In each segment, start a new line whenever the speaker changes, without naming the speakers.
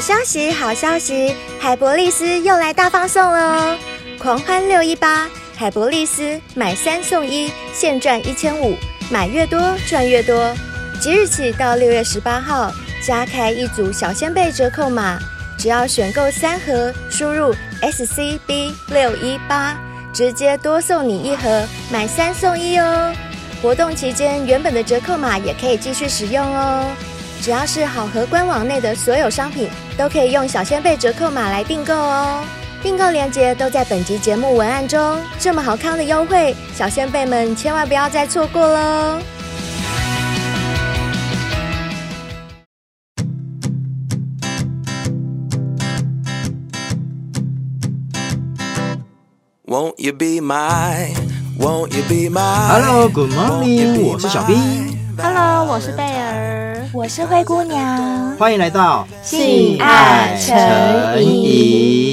消息，好消息！海博利斯又来大放送了哦！狂欢六一八，海博利斯买三送一，现赚一千五，买越多赚越多。即日起到六月十八号，加开一组小仙贝折扣码，只要选购三盒，输入 SCB 六一八，直接多送你一盒，买三送一哦！活动期间原本的折扣码也可以继续使用哦。只要是好和官网内的所有商品，都可以用小仙贝折扣码来订购哦。订购链接都在本集节目文案中。这么好康的优惠，小仙贝们千万不要再错过喽！
Won't you be my? Won't you be my?
Hello, good morning，
Won't you be
我是小 B
my
Hello，我是贝儿，
我是灰姑娘，
欢迎来到
性爱成
瘾。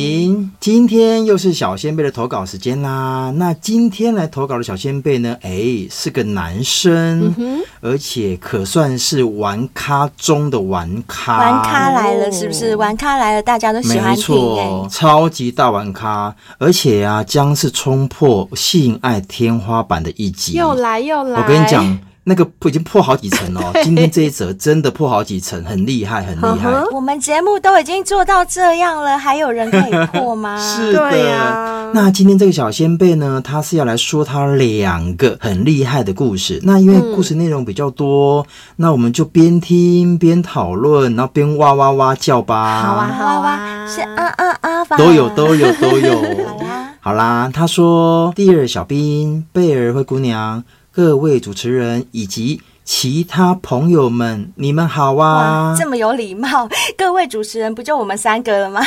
今天又是小先辈的投稿时间啦。那今天来投稿的小先辈呢？哎，是个男
嗯
生，而且可算是玩咖中的玩咖。
玩咖来了是不是？玩咖来了，大家都喜欢
没
听
错
哎，。
超级大玩咖，而且啊，将是冲破性爱天花板的一集。
又来又来，
我跟你讲，那个已经破好几层哦。 今天这一则真的破好几层，很厉害，很厉害。
我们节目都已经做到这样了，还有人可以破吗？
是的。
啊对呀，
那今天这个小先辈呢，他是要来说他两个很厉害的故事。那因为故事内容比较多，那我们就边听边讨论，然后边哇哇哇叫吧。
好啊
哇哇，是啊啊啊吧，
都有都 有都有。
好
啊
啊啦。
好啦，他说：“第二小兵、贝尔、灰姑娘、各位主持人以及其他朋友们，你们好啊
哇，！”这么有礼貌，各位主持人不就我们三个了吗？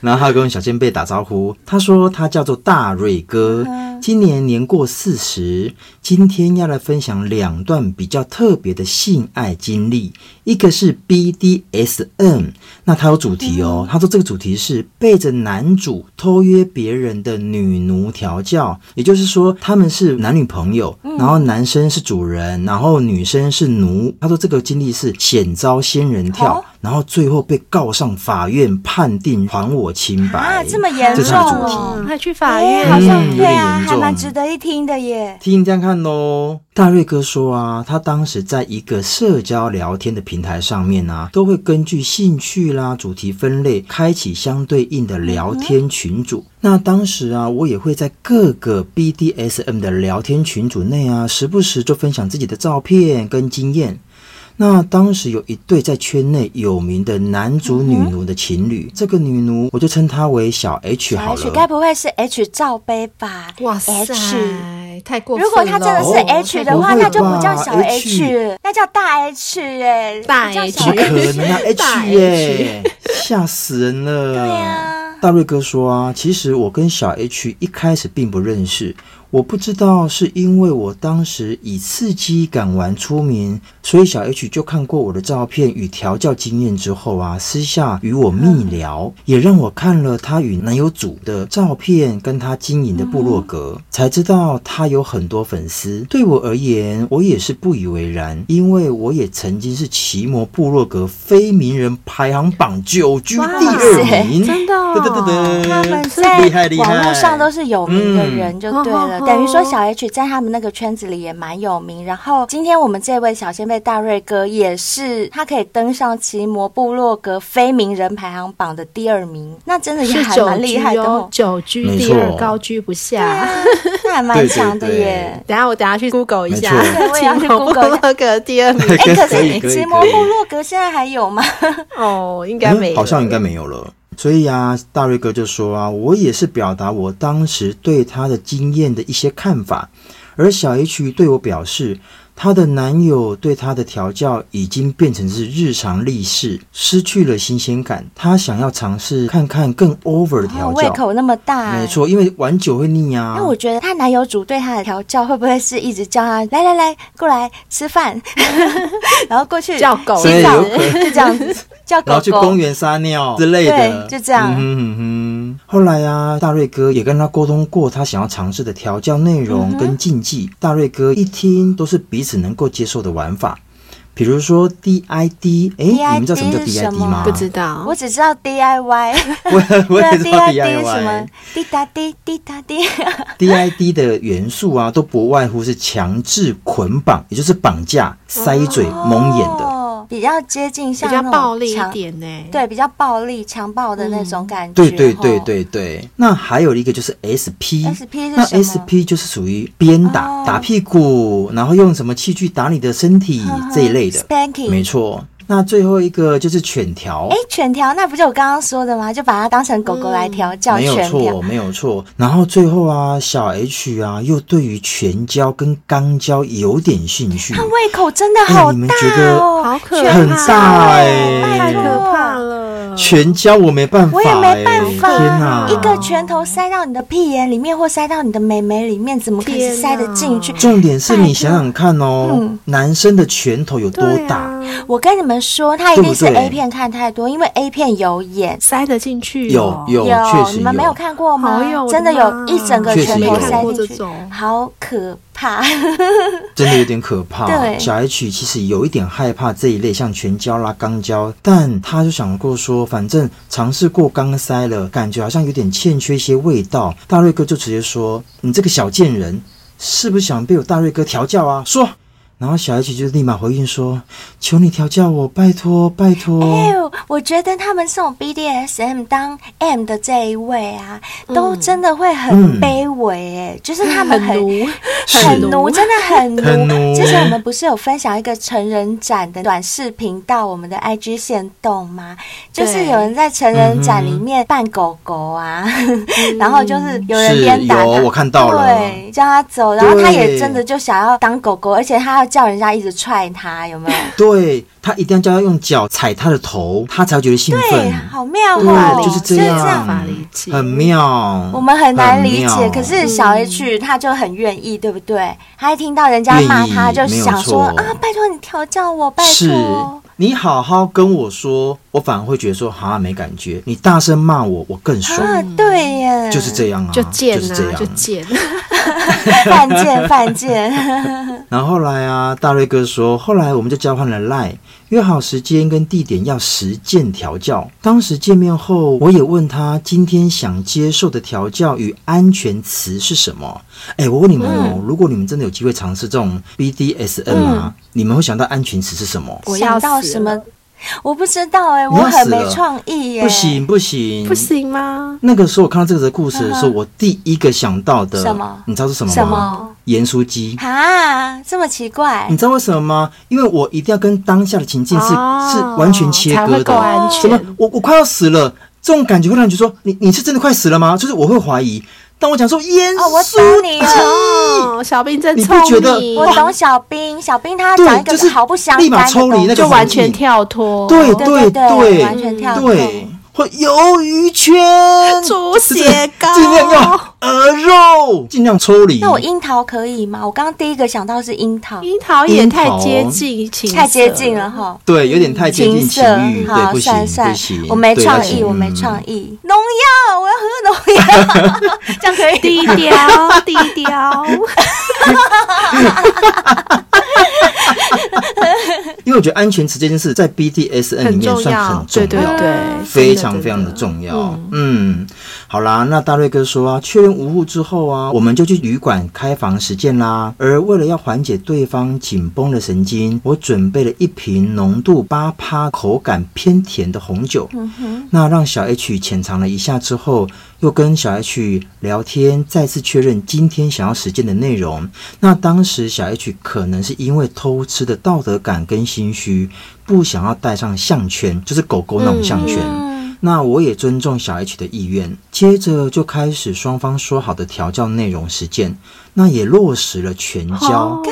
然后他跟小先贝打招呼，他说他叫做大瑞哥，今年年过四十，今天要来分享两段比较特别的性爱经历，一个是 BDSM，那他有主题哦，
嗯
他说这个主题是背着男主偷约别人的女奴调教，也就是说他们是男女朋友，
嗯
然后男生是主人，然后女生是奴，他说这个经历是险遭仙人跳
哦。
然后最后被告上法院，判定还我清白。
啊，这么严
哎这
重
是他的主题
哦！
嗯还去
哎
法院，
好像
嗯有
对
点
啊，
严
还
重
蛮值得一听的耶。
听这样看喽。大瑞哥说啊，他当时在一个社交聊天的平台上面啊，都会根据兴趣啦、主题分类，开启相对应的聊天群组。那当时啊，我也会在各个 BDSM 的聊天群组内啊，时不时就分享自己的照片跟经验。那当时有一对在圈内有名的男主女奴的情侣，这个女奴我就称她为小 H 好了。
H 该不会是 H 罩杯吧？
哇塞
h
太过分了！
如果他真的是
哦
H 的话，
不会吧
那就不叫小
H
H，那叫大 H 哎，
大
不叫小
怎么
H
可能啊
大
？H 耶、吓死人了！
对啊
大瑞哥说啊，其实我跟小 H 一开始并不认识，我不知道是因为我当时以刺激感玩出名，所以小 H 就看过我的照片与调教经验之后啊，私下与我密聊，也让我看了她与男友组的照片跟她经营的部落格，才知道她有很多粉丝。对我而言，我也是不以为然，因为我也曾经是奇摩部落格非名人排行榜久居第二名。
真的哦
对对对对，
他们
厉害
在
厉害，
网络上都是有名的人，就对了。
嗯
等于说小 H 在他们那个圈子里也蛮有名。然后今天我们这位小先辈大瑞哥也是，他可以登上奇摩部落格非名人排行榜的第二名，那真的也
是
还
久
蛮厉害
居
的
哦
哦，。
久居
没
第
错
二，高居不
对
下
啊。，那还蛮强的耶。
等一下我等一下去 Google 一下
没错，
啊对我也要去
请 我
Google 一下
那个第二名
哎，可
可以
是
可以
奇摩
可以
部落格现在还有吗？
哦，应该没
嗯
有，
好像应该没有了。所以啊，大瑞哥就说啊，我也是表达我当时对他的经验的一些看法，而小 H 对我表示，她的男友对她的调教已经变成是日常例事，失去了新鲜感，她想要尝试看看更 over 的调
哦
教。
胃口那么大，
没。错，因为玩久会腻啊。
那我觉得她男友主对她的调教，会不会是一直叫她来来来过来 吃饭，然后过去
叫狗
所以
洗澡
有可能
就这样子叫狗
然
狗
后去公园撒尿之类的，
对就这样
嗯哼哼哼后来啊，大瑞哥也跟他沟通过他想要尝试的调嗯教内容跟禁忌，大瑞哥一听都是彼此能够接受的玩法。比如说 DID，哎，
DID
你们知道什么叫
是什
DID
么
吗？
不知道
我，只知道 DIY，
我 我也知道
DID 什么
DIY。
滴答滴滴答滴，
DID 的元素啊，都不外乎是强制捆绑，也就是绑架、塞嘴、蒙眼的。
哦，比较接近
比
像
较
那种
暴力一
强，
点呢。，
对，比较暴力、强暴的那种感觉。
对嗯对对
吼
对对，那还有一个就是 SP。
SP
那
是什么
SP 就是属于鞭打、
哦
打屁股，然后用什么器具打你的身体
呵呵
这一类的，
，spanking，
没错。那最后一个就是犬条，
哎，犬条那不就我刚刚说的吗？就把它当成狗狗
嗯
来调教
没有
犬条
错，。没有错。然后最后啊，小 H 啊，又对于拳交跟钢交有点兴趣
它，胃口真的嗯好
哎你们
大
觉得
哦，
好可
犬
怕，
很大哎、
太可怕
哦
了。
拳交我没办法、
我也没办法，
哎天哪！
一个拳头塞到你的屁眼里面或塞到你的美眉里面，怎么可以
天
塞得
哪
进去？
重点是你想想看哦，
嗯
男生的拳头有多
对
大？
啊，
我跟你们说，他一定是
对不对
A 片看太多，因为 A 片有演。
塞得进去
有
哦，
有，确实
你们没有看过吗？
好有
真的
我的
有啊哦
妈
一整个
确
拳
实
头
有
塞
没
进
看过这
去，
种
好可怕。
真的有点可怕。
对
小 H 其实有一点害怕这一类，像拳交啦、钢交，但他就想过说，反正尝试过钢塞了，感觉好像有点欠缺一些味道。大瑞哥就直接说：“你这个小贱人，是不是想被我大瑞哥调教啊？”说。然后小 H 就立马回应说：“求你调教我，拜托，拜托。
哎呦，我觉得他们这种 BDSM 当 M 的这一位啊，都真的会很
嗯
卑微哎、就是他们
很
很
奴，
是
哎很奴，真的很奴。
很奴
之前我们不是有分享一个成人展的短视频到我们的 IG 线动吗？就是
对
有人在成人
嗯
展里面扮狗狗啊， 然后就是有人
是
边打他，
有我看到了
对，叫他走，然后他也
对
真的就想要当狗狗，而且他要叫人家一直踹他，有没有？
对他一定要叫他用脚踩他的头，他才会觉得兴
对，
奋。
好妙哦，
对，就是
这
这
样
样
法理解，
很妙。
我们很难理
很
解，
妙
可是小 H 他就很愿意，对不对？他一听到人家骂他，就
愿意
想说
没有错
啊，拜托你调教我，拜
是
托。
你好好跟我说，我反而会觉得说哈没感觉。你大声骂我，我更爽，
啊，对耶，
就是这样啊，
就贱
是这
啊，就
样。
贱，
犯贱 犯贱，
然后后来啊，大瑞哥说，后来我们就交换了赖，约好时间跟地点要实践调教。当时见面后，我也问他今天想接受的调教与安全词是什么。哎，我问你们哦，如果你们真的有机会尝试这种 BDSM 啊，你们会想到安全词是什么？
我
想
要
到
死
什
了
么？我不知道哎，
你
我
要
很
死
没
了
创意耶，
不，行不行
不行吗？
那个时候我看到这个故事的时候，我第一个想到的
嗯什么
你知道是什么吗？
什么
盐酥鸡。
啊，这么奇怪
你，知道为什么吗？因为我一定要跟当下的情境是、
哦
是完全切
才
割
会够
的。
安
什么
全。？
我我快要死了，这种感觉会让你觉得说，你你是真的快死了吗？就是我会怀疑。当我讲说盐
哦我
酥
懂你了
哦，小兵真
你不
聪
觉得
明，
我懂小兵，小兵他讲
对，
一个
就是
毫不相
立
干
马
的
抽离
东
那
西
个
就完
环
全
境
跳脱，
对
对
对
完全跳脱。
对，或鱿鱼 圈、
猪血糕，
尽量要鹅肉，尽量抽离。
那我樱桃可以吗？我刚刚第一个想到是樱桃，
樱桃也太接近情色，
太接近了哈。
对，有点太接近情
色
欲，，对，
好，
不
算
行
算
不行，，
我没
对
创
要嗯
意，
情
我没
欲
创意。农药，我要喝农药， 这样可以
低调低调，
因为我觉得安全词这件事在 BDSN 里
很
面
重
算
要
很，重
对
要，
对对，
非常非常的
真
重要。嗯，好啦，那大瑞哥说啊，确认无误之后啊，我们就去旅馆开房实践啦。而为了要缓解对方紧绷的神经，我准备了一瓶浓度八趴、口感偏甜的红酒。那让小 H 浅尝了一下之后，又跟小 H 聊天，再次确认今天想要实践的内容。那当时小 H 可能是因为偷吃的道德感跟心虚，不想要戴上项圈，就是狗狗那种项圈。
嗯
那我也尊重小 H 的意愿，接着就开始双方说好的调教内容实践，那也落实了全交
哦。
他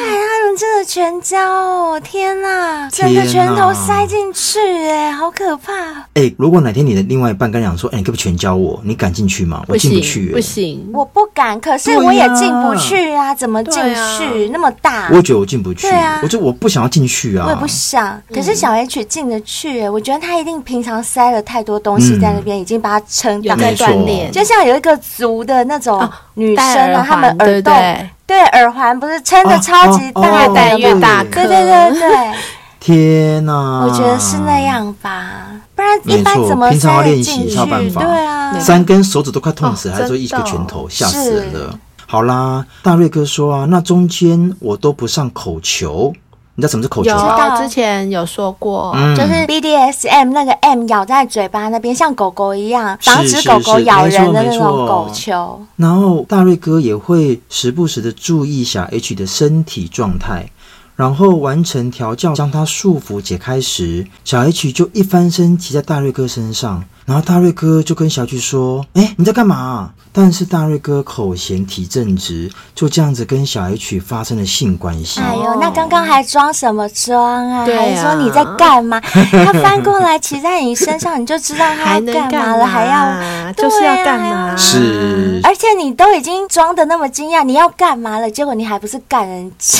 们真的全交哦！天哪，
天
整
哪
个拳头塞进去，哎，好可怕！
哎、如果哪天你的另外一半跟你讲说，哎、你可不可以全交我？你敢进去吗？我
不
进
行
不去、
不
哎
行，
我不敢，可是
对呀
我也进不去啊，怎么进
对啊
去？那么大
我，也觉得我进不去，
对啊
我就我不想要进去啊。
我也不想。可是小 H 进得去，哎我觉得他一定平常塞了太多东西在那边，已经把它撑
有
大。
在
没错
锻炼，
就像有一个族的那种女生
戴
啊，
耳
她们
环
耳
对不
洞
对
对耳环不是撑的
哦
超级
哦
大
哦
越戴
的
越
嘛，
大
对
颗，
对对对对，
天哪！
我觉得是那。样吧，不然一般
没错
怎么
平常要
塞得
练习
进去？
才有办法嗯
对啊，
三根手指都快痛死，
哦
还做一
真
个
的哦
拳头，吓死人
是
了。好啦，大瑞哥说啊，那中间我都不上口球，你知道什么是口球
有
吧？
道
之前有说过，
嗯
就是 BDSM 那个 M 咬在嘴巴那边，像狗狗一样
是
防止
是
狗狗
是
咬
没错哦
人的
没
那种
错
狗球。
然后大瑞哥也会时不时的注意小 H 的身体状态，然后完成调教，将他束缚解开时，小 H 就一翻身骑在大瑞哥身上，然后大瑞哥就跟小 H 说：“哎，你在干嘛啊？”但是大瑞哥口嫌体正直，就这样子跟小 H 发生了性关系。
哎呦，那刚刚还装什么装
哦
啊？
对啊
还说你在 干嘛？他翻过来骑在你身上，你就知道他
还
要
能
哎
干
干
嘛
嘛
了，还要。
就是要干
对啊
嘛？
是
而且你都已经装的那么惊讶，你要干嘛了？结果你还不是干人家？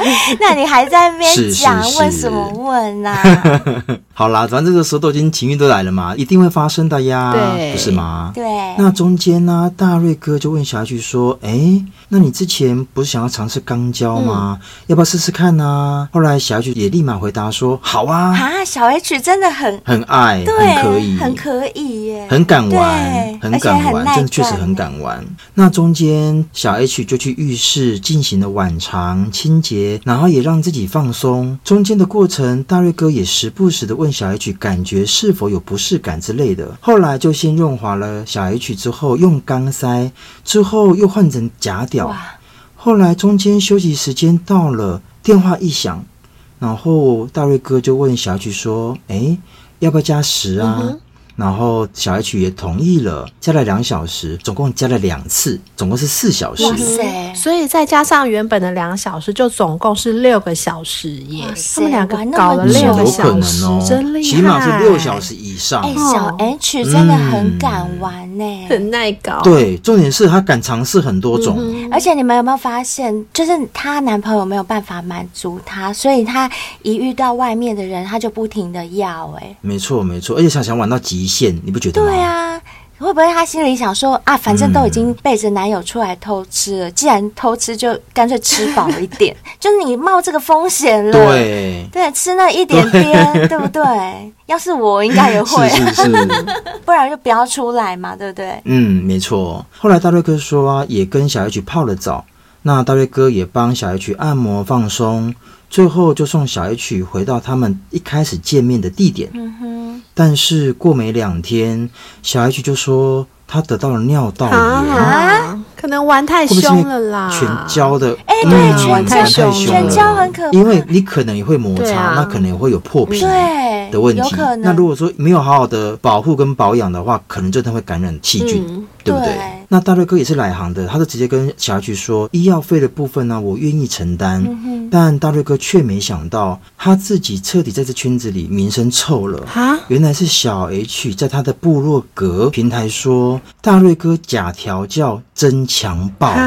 那你还在那边
是是
讲
是
问什么问啊？
好啦，反正这个时候都已经情欲都来了嘛，一定会发生的呀，
对
不是吗？
对，
那中间呢、大瑞哥就问小 H 说：“哎、那你之前不是想要尝试肛交吗？要不要试试看呢、后来小 H 也立马回答说：“好啊，
啊，小 H 真的很
很爱，
对，
很可以，
很可以耶，
很敢玩，
对
很敢
而且很
玩，
耐
真的确实
干
很敢玩。那中间小 H 就去浴室进行了晚肠清洁，然后也让自己放松。中间的过程，大瑞哥也时不时的问小 H 感觉是否有不适感之类的。后来就先润滑了小 H，之后用钢塞，之后又换成假屌。后来中间休息时间到了，电话一响，然后大瑞哥就问小 H 说：“哎，要不要加时啊？”
嗯
然后小 H 也同意了，加了两小时，总共加了两次，总共是四小时。
哇塞！
嗯所以再加上原本的两小时，就总共是六个小时耶
哇！塞
他们两个搞了
玩那
六
么
个
有
小
可能
时，
哦，
真厉害，
起码是六小，时以上。
哎、
哦
小 H
嗯
真的很敢玩呢、
很耐搞。
对，重点是他敢尝试很多种，
嗯
而且你们有没有发现，就是她男朋友没有办法满足她，所以她一遇到外面的人，她就不停的要、哎，
没错没错，而且想想玩到极限，你不觉得吗？
对啊，会不会她心里想说啊，反正都已经背着男友出来偷吃了，既然偷吃就干脆吃饱一 点，就是你冒这个风险了。
对，
对，吃那一点点，对不对？要是我应该也会，
是是是。
不然就不要出来嘛，对不对？
嗯，没错。后来大瑞哥说啊，也跟小 H 泡了澡，那大瑞哥也帮小 H 按摩放松，最后就送小 H 回到他们一开始见面的地点。
嗯哼，
但是过没两天，小 H 就说他得到了尿道炎，
啊，可能玩太
会不会是因
凶
为
了啦，
全交的？
哎
嗯
对
全交
太
全
了
交很可怕
因为你可能也会摩
对
擦，
啊
那可能也会有破皮。
对，
的问
哎有
题
可。能。
那如果说没有好好的保护跟保养的话，可能真的会感染细菌，
嗯
对不对？
对
那大瑞哥也是来行的，他就直接跟小 H 说，医药费的部分啊呢，我愿意承担。
嗯
但大瑞哥却没想到，他自己彻底在这圈子里名声臭了。
啊，
原来是小 H 在他的部落格平台说，大瑞哥假调教真强暴
啊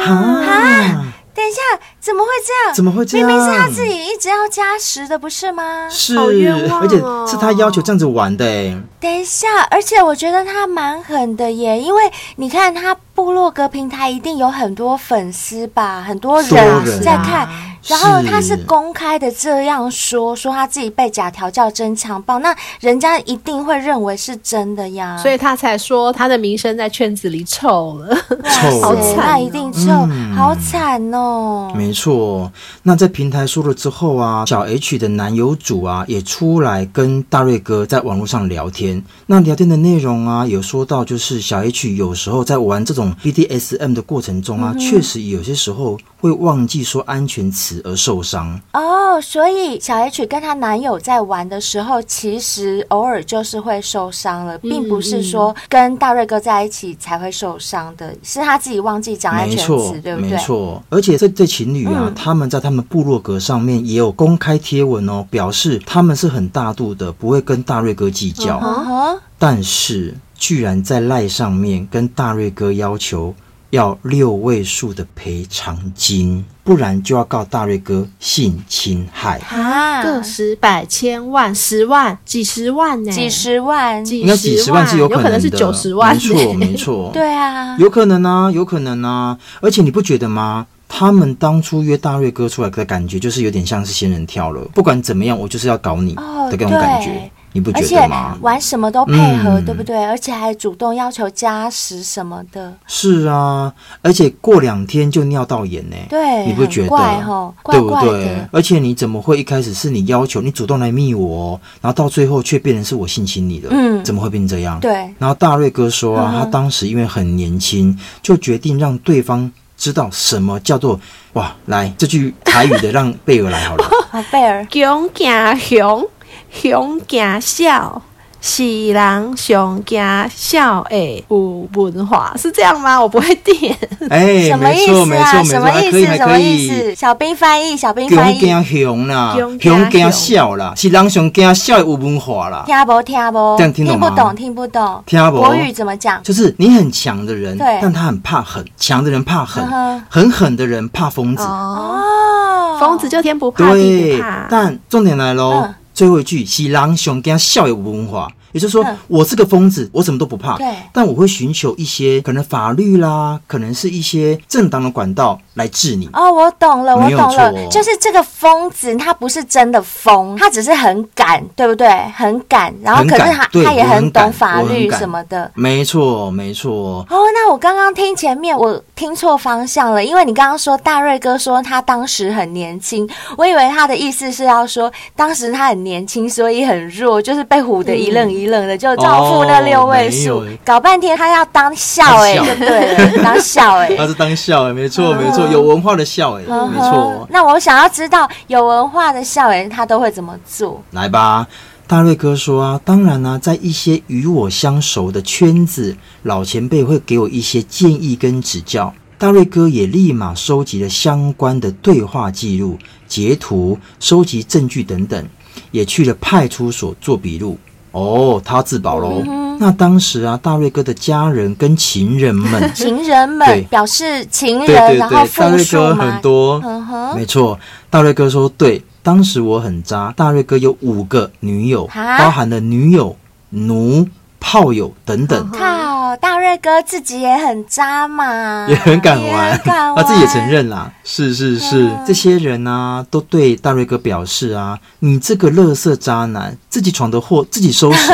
啊！
等一下，怎么会这样？
怎么会这
明
样？
明是他自己一直要加时的，不是吗？
是，
好冤枉
而且
哦
是他要求这样子玩的、欸，
等一下，而且我觉得他蛮狠的耶，因为你看他部落格平台一定有很多粉丝吧，很多
多
人啊
人啊
在看。然后他
是
是公开的这样说，说他自己被假调教真强暴，那人家一定会认为是真的呀。
所以他才说他的名声在圈子里臭了。
臭
哇
好惨
塞那
哦
一定臭，
嗯
好惨哦。
没错，那在平台说了之后啊，小 H 的男友主啊也出来跟大瑞哥在网络上聊天。那聊天的内容啊，有说到就是小 H 有时候在玩这种 BDSM 的过程中
嗯
啊，确实有些时候会忘记说安全词而受伤。
哦，所以小 H 跟她男友在玩的时候，其实偶尔就是会受伤了，并不是说跟大瑞哥在一起才会受伤的，是他自己忘记讲安
没
全
错
词，，对不嗯
没
对？
错。而且这对情侣啊，他们在他们部落格上面也有公开贴文哦，表示他们是很大度的，不会跟大瑞哥计较。
嗯哼，
但是居然在赖上面跟大瑞哥要求要六位数的赔偿金，不然就要告大瑞哥性侵害。
啊，
个十百千万十万几十万呢、
几十万，
几
应该几十万是
有
可能的，
能是九十万、
没错没错，
对啊，
有可能啊，有可能啊，而且你不觉得吗？他们当初约大瑞哥出来的感觉，就是有点像是仙人跳了。不管怎么样，我就是要搞你
哦
的那种感觉，
对
你不
而
觉
且
得吗？
玩什么都配合，
嗯
对不对？而且还主动要求加时什么的，
是啊，而且过两天就尿道炎呢、
对，
你不觉
很
得
怪哈？怪
对不
怪
对
的？，
而且你怎么会一开始是你要求你主动来密我、哦，然后到最后却变成是我性侵你的？
嗯
怎么会变成这样？
对，
然后大瑞哥说啊，
嗯哼
他当时因为很年轻，就决定让对方知道什么叫做哇，来这句台语的让贝尔来好 了，
好贝尔，
熊惊熊，熊惊笑，是人上惊笑诶，有文化是这样吗？我不会念，
哎、
什么
没
意
错
思
没
啊？
错没
什
错，
么
还
意
可以
思？
还
什
可
么意
以。
思？小兵翻译，小兵
熊
翻译，
惊熊啦，
熊惊
熊惊
熊
笑啦，是人上惊笑的有文化啦。
听不听不？
这样听懂
不
吗
懂，听不懂。
听不
国语怎么讲？
就是你很强的人，
对
但他很怕狠，强的人怕狠
嗯哼，
很狠的人怕疯子。
哦，
哦，
疯子就天不怕地
对
不怕，，
但重点来喽
嗯，
最后一句喜狼熊跟他笑有文化，也就是说
嗯，
我是个疯子，我什么都不怕，
对
但我会寻求一些可能法律啦，可能是一些正当的管道来治你。
哦，我懂了，我
没有
懂了，
错
就是这个疯子，他不是真的疯，他只是很敢，对不对？很敢，然后
很
可
敢
是他
对
他也
我很
懂
敢
法
我很
律
敢
什么的。
没错，没错，
哦，那我刚刚听前面我听错方向了，因为你刚刚说大瑞哥说他当时很年轻，我以为他的意思是要说当时他很年轻，所以很弱，就是被唬得一愣一愣的，就照付那六位数，
哦没有
搞半天他要当笑哎、欸，
当笑
就对了，当笑 哎、
他是当笑哎，没错，没
嗯
错，有文化的笑哎，没错。
那我想要知道有文化的校园他都会怎么做？，
来吧，大瑞哥说啊，当然啦、在一些与我相熟的圈子，老前辈会给我一些建议跟指教。大瑞哥也立马收集了相关的对话记录、截图、收集证据等等，也去了派出所做笔录。哦，他自保喽。那当时啊，大瑞哥的家人跟情人们
情人
对
们表示情人，
对对
然后
对，大
复
瑞
数
哥
嘛
很，多，
嗯哼，
没错，大瑞哥说对，当时我很渣。大瑞哥有五个女友，
啊
包含了女友、奴、炮友等
哦
等，
靠，大瑞哥自己也很渣嘛，
也很敢
也
玩
很，敢
他
玩，嗯
自己也承。认啦。是是是，这些人啊，都对大瑞哥表示啊，你这个乐色渣男，自己闯的祸自己收 拾。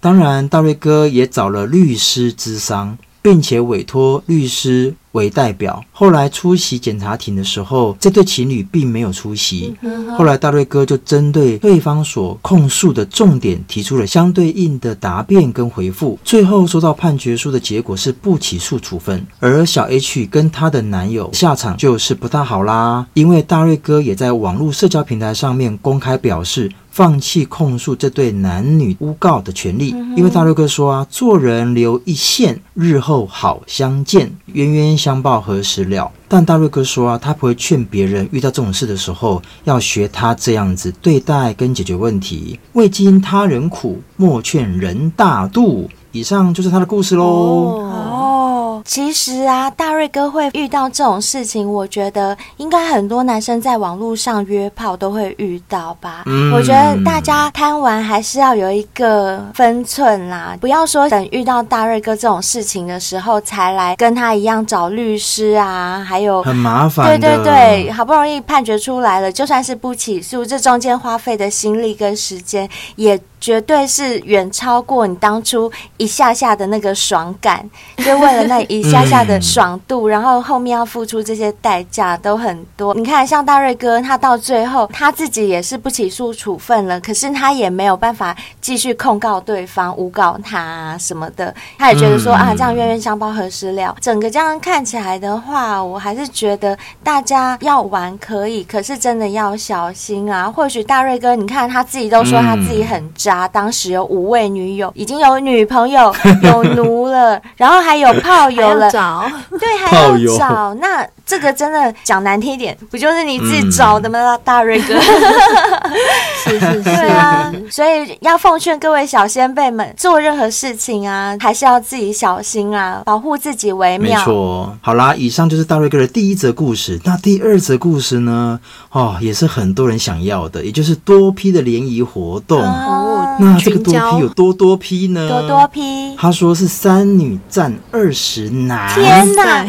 当然，大瑞哥也找了律师咨商，并且委托律师为代表。后来出席检察庭的时候，这对情侣并没有出席。后来，大瑞哥就针对对方所控诉的重点，提出了相对应的答辩跟回复。最后收到判决书的结果是不起诉处分，而小 H 跟她的男友下场就是不大好啦，因为大瑞哥也在网络社交平台上面公开表示。放弃控诉这对男女诬告的权利，
嗯
因为大六哥说啊，做人留一线，日后好相见，冤冤相报何时了？但大六哥说啊，他不会劝别人遇到这种事的时候要学他这样子对待跟解决问题，未经他人苦，莫劝人大度。以上就是他的故事喽。
哦，其实啊，大瑞哥会遇到这种事情，我觉得应该很多男生在网络上约炮都会遇到吧。
嗯
我觉得大家贪玩还是要有一个分寸啦，不要说等遇到大瑞哥这种事情的时候才来跟他一样找律师啊，还有
很麻烦
对
的，
对对，好不容易判决出来了，就算是不起诉，这中间花费的心力跟时间，也绝对是远超过你当初一下下的那个爽感，就为了那一下下的爽度，然后后面要付出这些代价都很多。你看，像大瑞哥，他到最后他自己也是不起诉处分了，可是他也没有办法继续控告对方、诬告他、啊、什么的，他也觉得说、
嗯
啊，这样冤冤相报何时了？整个这样看起来的话，我还是觉得大家要玩可以，可是真的要小心啊。或许大瑞哥，你看他自己都说他自己很渣，当时有五位女友，已经有女朋友、有奴了，然后还有炮
还要
友了，
找
对，还
炮
要
友
找。那这个真的讲难听一点，不就是你自己找的吗？大瑞哥。
嗯
是是 是，
对啊，所以要奉劝各位小先辈们，做任何事情啊，还是要自己小心啊，保护自己为
没
妙。
错，好啦，以上就是大瑞哥的第一则故事。那第二则故事呢？哦，也是很多人想要的，也就是多批的联谊活动。
啊
哦
那这个多
群交
批有多多批呢？
多多批，
他说是三女占二十男，
天哪！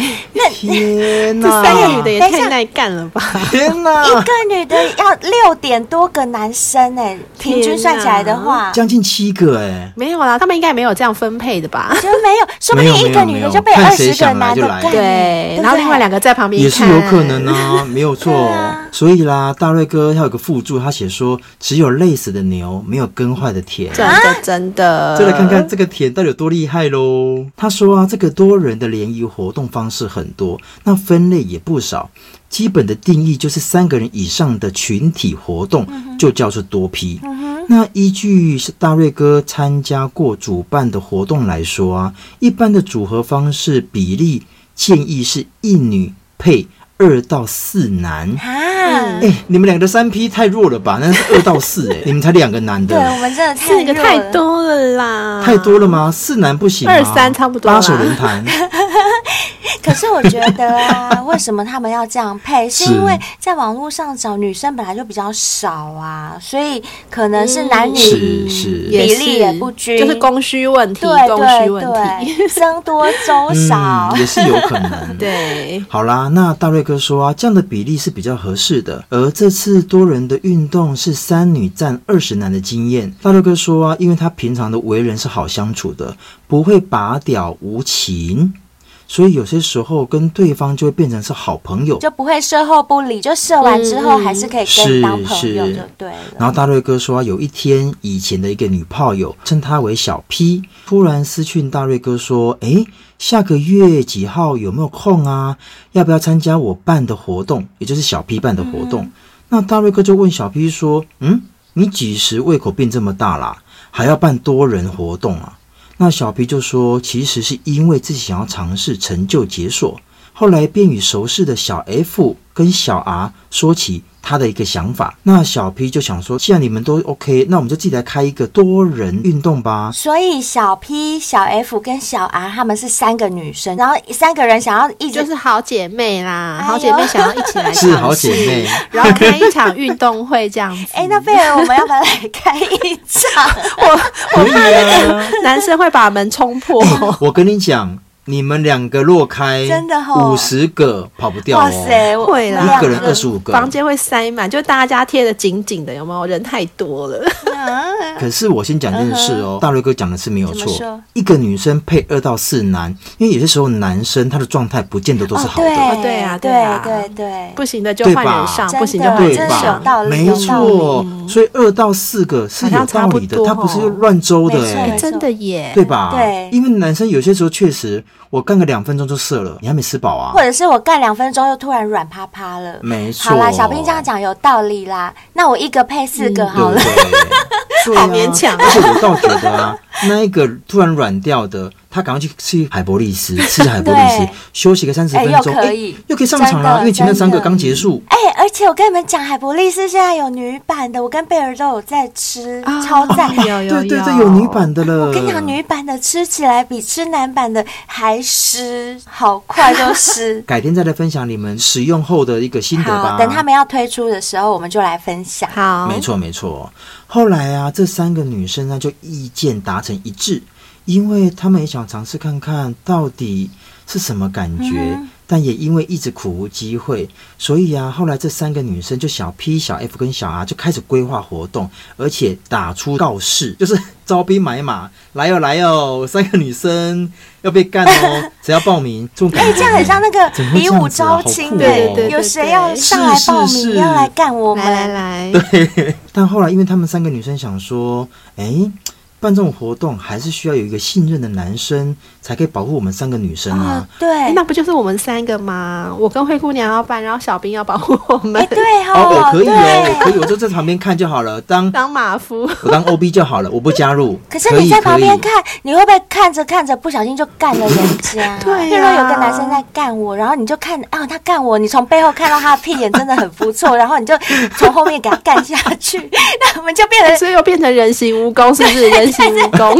天
这
哪，
三个女的也
等一
太
下
耐干了吧？
天哪，
一个女的要六点多个男生哎、平均算起来的话，就
将近七个哎、
没有啦，他们应该没有这样分配的吧？
没有，说不定一个女的就被
没有没有没有
二十个
看谁想来
男的干
就来。
对，
不
然后另外两个在旁边
也是有可
看
能 啊，没有错
对啊。
所以啦，大瑞哥他有个附注，他写说只有累死的牛，没有耕坏的田。
真的真的，
再来看看这个田到底有多厉害喽。他说啊，这个多人的联谊活动方式很多，那分类也不少。基本的定义就是三个人以上的群体活动就叫做多批。那依据大瑞哥参加过主办的活动来说啊，一般的组合方式比例建议是一女配二到四男。
啊！
哎、你们两个的三 P 太弱了吧？那是二到四哎、你们才两个男的
对，。我们真的太
四
弱
个
了
太多了啦，
太多了吗？四男不行吗，
啊二三差不多啦
八手轮 盘，
可是我觉得 啊，为什么他们要这样配？是
是
因为在网络上找女生本来就比较少啊，所以可能是男
嗯
女
是是
也
比
是
例也不均，
就是供需问题，
对
供需问
对
题，嗯
对，僧多粥少。
嗯也是有可能。。
对，
好啦，那大瑞哥说啊，这样的比例是比较合适的。而这次多人的运动是三女占二十男的经验。大瑞哥说啊，因为他平常的为人是好相处的，不会拔屌无情，所以有些时候跟对方就会变成是好朋友。
就不会事后不理，就射完之后还是可以
嗯
跟你当朋友，
是
就对
然
了。
后大瑞哥说啊，有一天以前的一个女炮友，称她为小 P，突然私讯大瑞哥说：“诶，下个月几号有没有空啊？要不要参加我办的活动，也就是小 P 办的活动？”那大瑞哥就问小 P 说：“嗯，你几时胃口变这么大啦？还要办多人活动啊？”那小 P 就说：“其实是因为自己想要尝试成就解锁。”后来便与熟识的小 F 跟小 R 说起他的一个想法。那小 P 就想说，既然你们都 OK，那我们就自己来开一个多人运动 吧。
所以小 P、小 F 跟小 R 他们是三个女生，然后三个人想要一直
就是好姐妹啦，
哎呦
好姐妹想要一起 来，
是好姐，妹，
然后开一场运动会这样子，
哎、那贝尔，我们要不要来开一场？
可以哎啊！
男生会把门冲破，
我跟你讲，你们两个落开，
真的哦
五十个跑不掉
哇
哦，
塞，我
会啦
一个人二十五个。
房间会塞满，就大家贴的紧紧的，有没有？人太多了，
可是我先讲一件事哦，大瑞哥讲的是没有
嗯怎么
错
说，
一个女生配二到四男，因为有些时候男生他的状态不见得都是好的。
哦
哦对啊
对
对啊
对对
不行的就
对吧
换人上，
真的
不行就换
对
人
啊真是
吧
有
上。
道？理
没
有道
错，所以二到四个是有道理的，
好像差不多哦
它不是乱周的、
没错
哎
哎，
真的耶，
对吧？
对
因为男生有些时候确实，我干个两分钟就射了，你还没吃饱啊
或？者是我干两分钟又突然软趴趴了。
没错，嗯
好啦，小兵这样讲有道理啦。那我一个配四 个
对
好
不
了，
对？对啊
好勉强哦
而且我倒觉得啊，那一个突然软掉的，他赶快去吃海博利斯，吃海博利斯
对，
休息个三十分钟，
哎又可以
哎又可以上场了，
真的
因为前面三个
真的
刚结束。
哎、而且我跟你们讲，海博利斯现在有女版的，我跟贝尔都有在吃，
啊
超赞。
有有
对对对，有女版的了。。
我跟你讲，女版的吃起来比吃男版的还湿，好快就湿
改天再来分享你们使用后的一个 心得吧。
好，等他们要推出的时候，我们就来 分享。
好，
没错没错。后来啊，这三个女生呢就意见达成一致，因为她们也想尝试看看到底是什么感觉，
嗯
但也因为一直苦无机会，所以啊，后来这三个女生就小 P、小 F 跟小 R 就开始规划活动，而且打出告示， 就是招兵买马，来哦来哦，三个女生要被干 哦，谁要报名？这种感
哎、
觉，
这样很像那个
怎么会
比
这样
武
子啊
招亲、
好酷哦
对对对
有谁要上来
是
报名，
是是
要来干我们？
来来来，
但后来，因为他们三个女生想说，诶，办这种活动还是需要有一个信任的男生，才可以保护我们三个女生
哦
啊。，
哎
对，
那不就是我们三个吗？我跟灰姑娘要办，然后小兵要保护我们
哎、，对哦，
哦，我可以
对
哦，我可以，我就在旁边看就好了，当
当马夫。
我当 OB 就好了，我不加入。
可是你
以
在旁边
可以
看，你会不会看着看着不小心就干了 人家？
对
譬如
啊
有个男生在干我，然后你就看啊，他干我，你从背后看到他的屁眼真的很不错，然后你就从后面给他干下
哎
去，那我们就变 成
所以又变成人形蜈蚣，是不是？人形蜈蚣，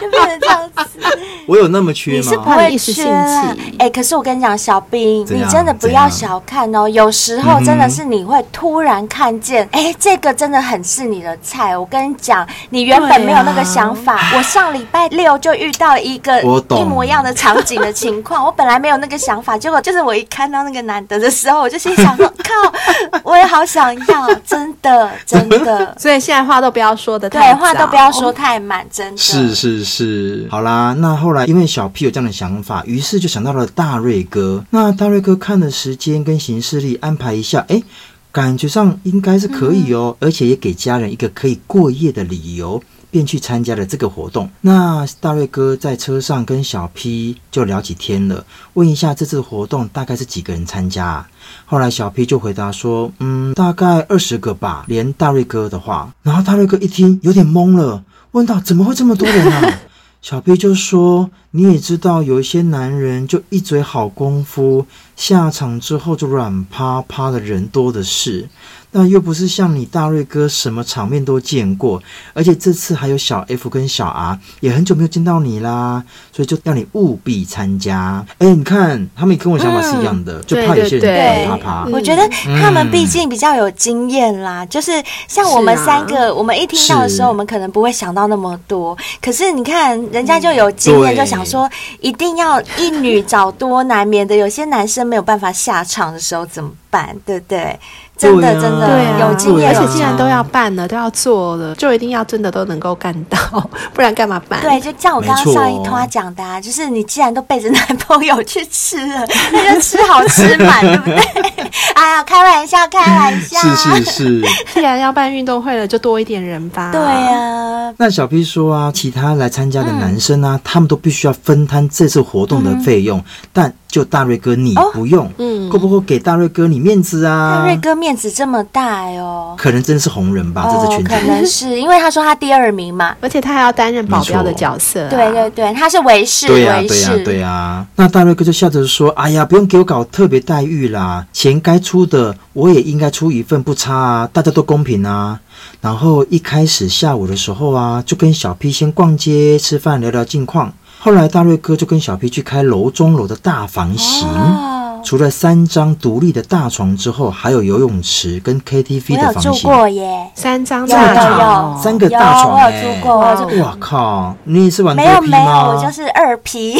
就变成这样子。
我有那么缺
你是不
吗？
怕你
会
一时
缺
兴
啦
起，
哎、可是我跟你讲，小兵，
怎
你
样
真的不
怎
要
样
小看哦，有时候真
嗯
的
哼
是你会突然看见，哎、这个真的很是你的菜。我跟你讲，你原本
对啊。
没有那个想法，我上礼拜六就遇到了一个
啊我懂
一模一样的场景的情况，我本来没有那个 想法，结果就是我一看到那个男的的时候，我就心想说，靠，我也好想要，真的，真的
所以现在话都不要说的
对，话都不要说太满，真的
是是是，好啦，那后来因为小 P 有这样的想法，于是就想到了大瑞哥。那大瑞哥看了时间跟行事历，安排一下，哎、感觉上应该是可以哦，而且也给家人一个可以过夜的理由。便去参加了这个活动。那大瑞哥在车上跟小 P 就聊起天了，问一下这次活动大概是几个人参加、啊。后来小 P 就回答说：“嗯，大概二十个吧，连大瑞哥的话。”然后大瑞哥一听有点懵了，问道：“怎么会这么多人啊？” 小 P 就说：“你也知道，有一些男人就一嘴好功夫，下场之后就软趴趴的人多的是。那又不是像你大瑞哥，什么场面都见过，而且这次还有小 F 跟小 R，也很久没有见到你啦，所以就要你务必参加。哎、你看他们跟我想法是一样的，就怕有些
嗯对对
人
对
软趴趴。
嗯
我觉得他们毕竟比较有经验啦，就是像我们
是啊
三个，我们一听到的时
嗯是
候，我们可能不会想到那么多。可是你看，人家就有经验，
嗯对
就想说一定要一女找多难免的。有些男生没有办法下场的时候怎么办？对不对？真的
对啊
真的、
对啊，
有经验
对啊
而且
有
既
经验。
然都要办了，都要做了，就一定要真的都能够干到， 不然干嘛办？
对，就像我刚
没
刚
错
上一趴讲的、啊，就是你既然都背着男朋友去吃了， 那就吃好吃满，对不对？ 哎呀，开玩笑，开玩笑，
是是是，
既然要办运动会了，就多一点人吧。
对呀、啊，
那小 P 说啊，其他来参加的男生
嗯
啊，他们都必须要分摊这次活动的费用，但就大瑞哥你不用，
嗯
够不够给大瑞哥你面子啊？
哦大瑞哥面子这么大哦，
可能真是红人吧，这
哦
支群，体
可。能是因为他说他第二名嘛，
而且他还要担任保镖的
没错
角色啊、
对对对，他是维士，
对呀、
维
对呀、
士，
对呀、那大瑞哥就笑着说：“哎呀，不用给我搞特别待遇啦，钱该出的我也应该出一份，不差啊，大家都公平啊。”然后一开始下午的时候啊，就跟小 P 先逛街、吃饭、聊聊近况。后来大瑞哥就跟小 P 去开楼中楼的大房型。
哦，
除了三张独立的大床之后，还有游泳池跟 KTV
我
的
有
房
住
型。
过耶，
三张
有
大
有
床
有，
哦，
三个大床
有我
欸
有住过，我有住过
哇靠！你也是玩
没有
多 P
没有，
吗？
我就是二皮。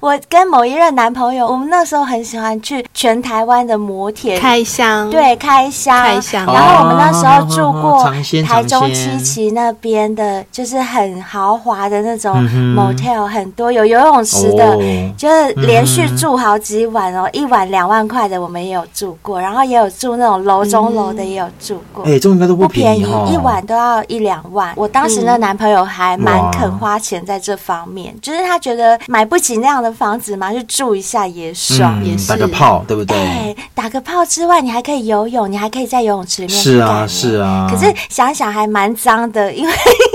我跟某一任男朋友，我们那时候很喜欢去全台湾的摩铁
开箱，
对，开箱，
开箱
然后我们那时候住
哦
过
尝鲜
台
尝
中
鲜
七期那边的，就是很豪华的那种
嗯哼
motel，、很多有游泳池的。
哦
就是连续住好几晚哦，一晚两万块的我们也有住过，然后也有住那种楼中楼的也有住过，
哎、这种应该都
不
便
便宜，
哦。
一晚都要一两万。我当时那男朋友还蛮肯花钱在这方面，就是他觉得买不起那样的房子嘛，去住一下也爽。
也是
打个炮，对不嗯对？
哎，打个泡之外，你还可以游泳，你还可以在游泳池里面
是啊，
干
是啊。
可是想想还蛮脏的，因为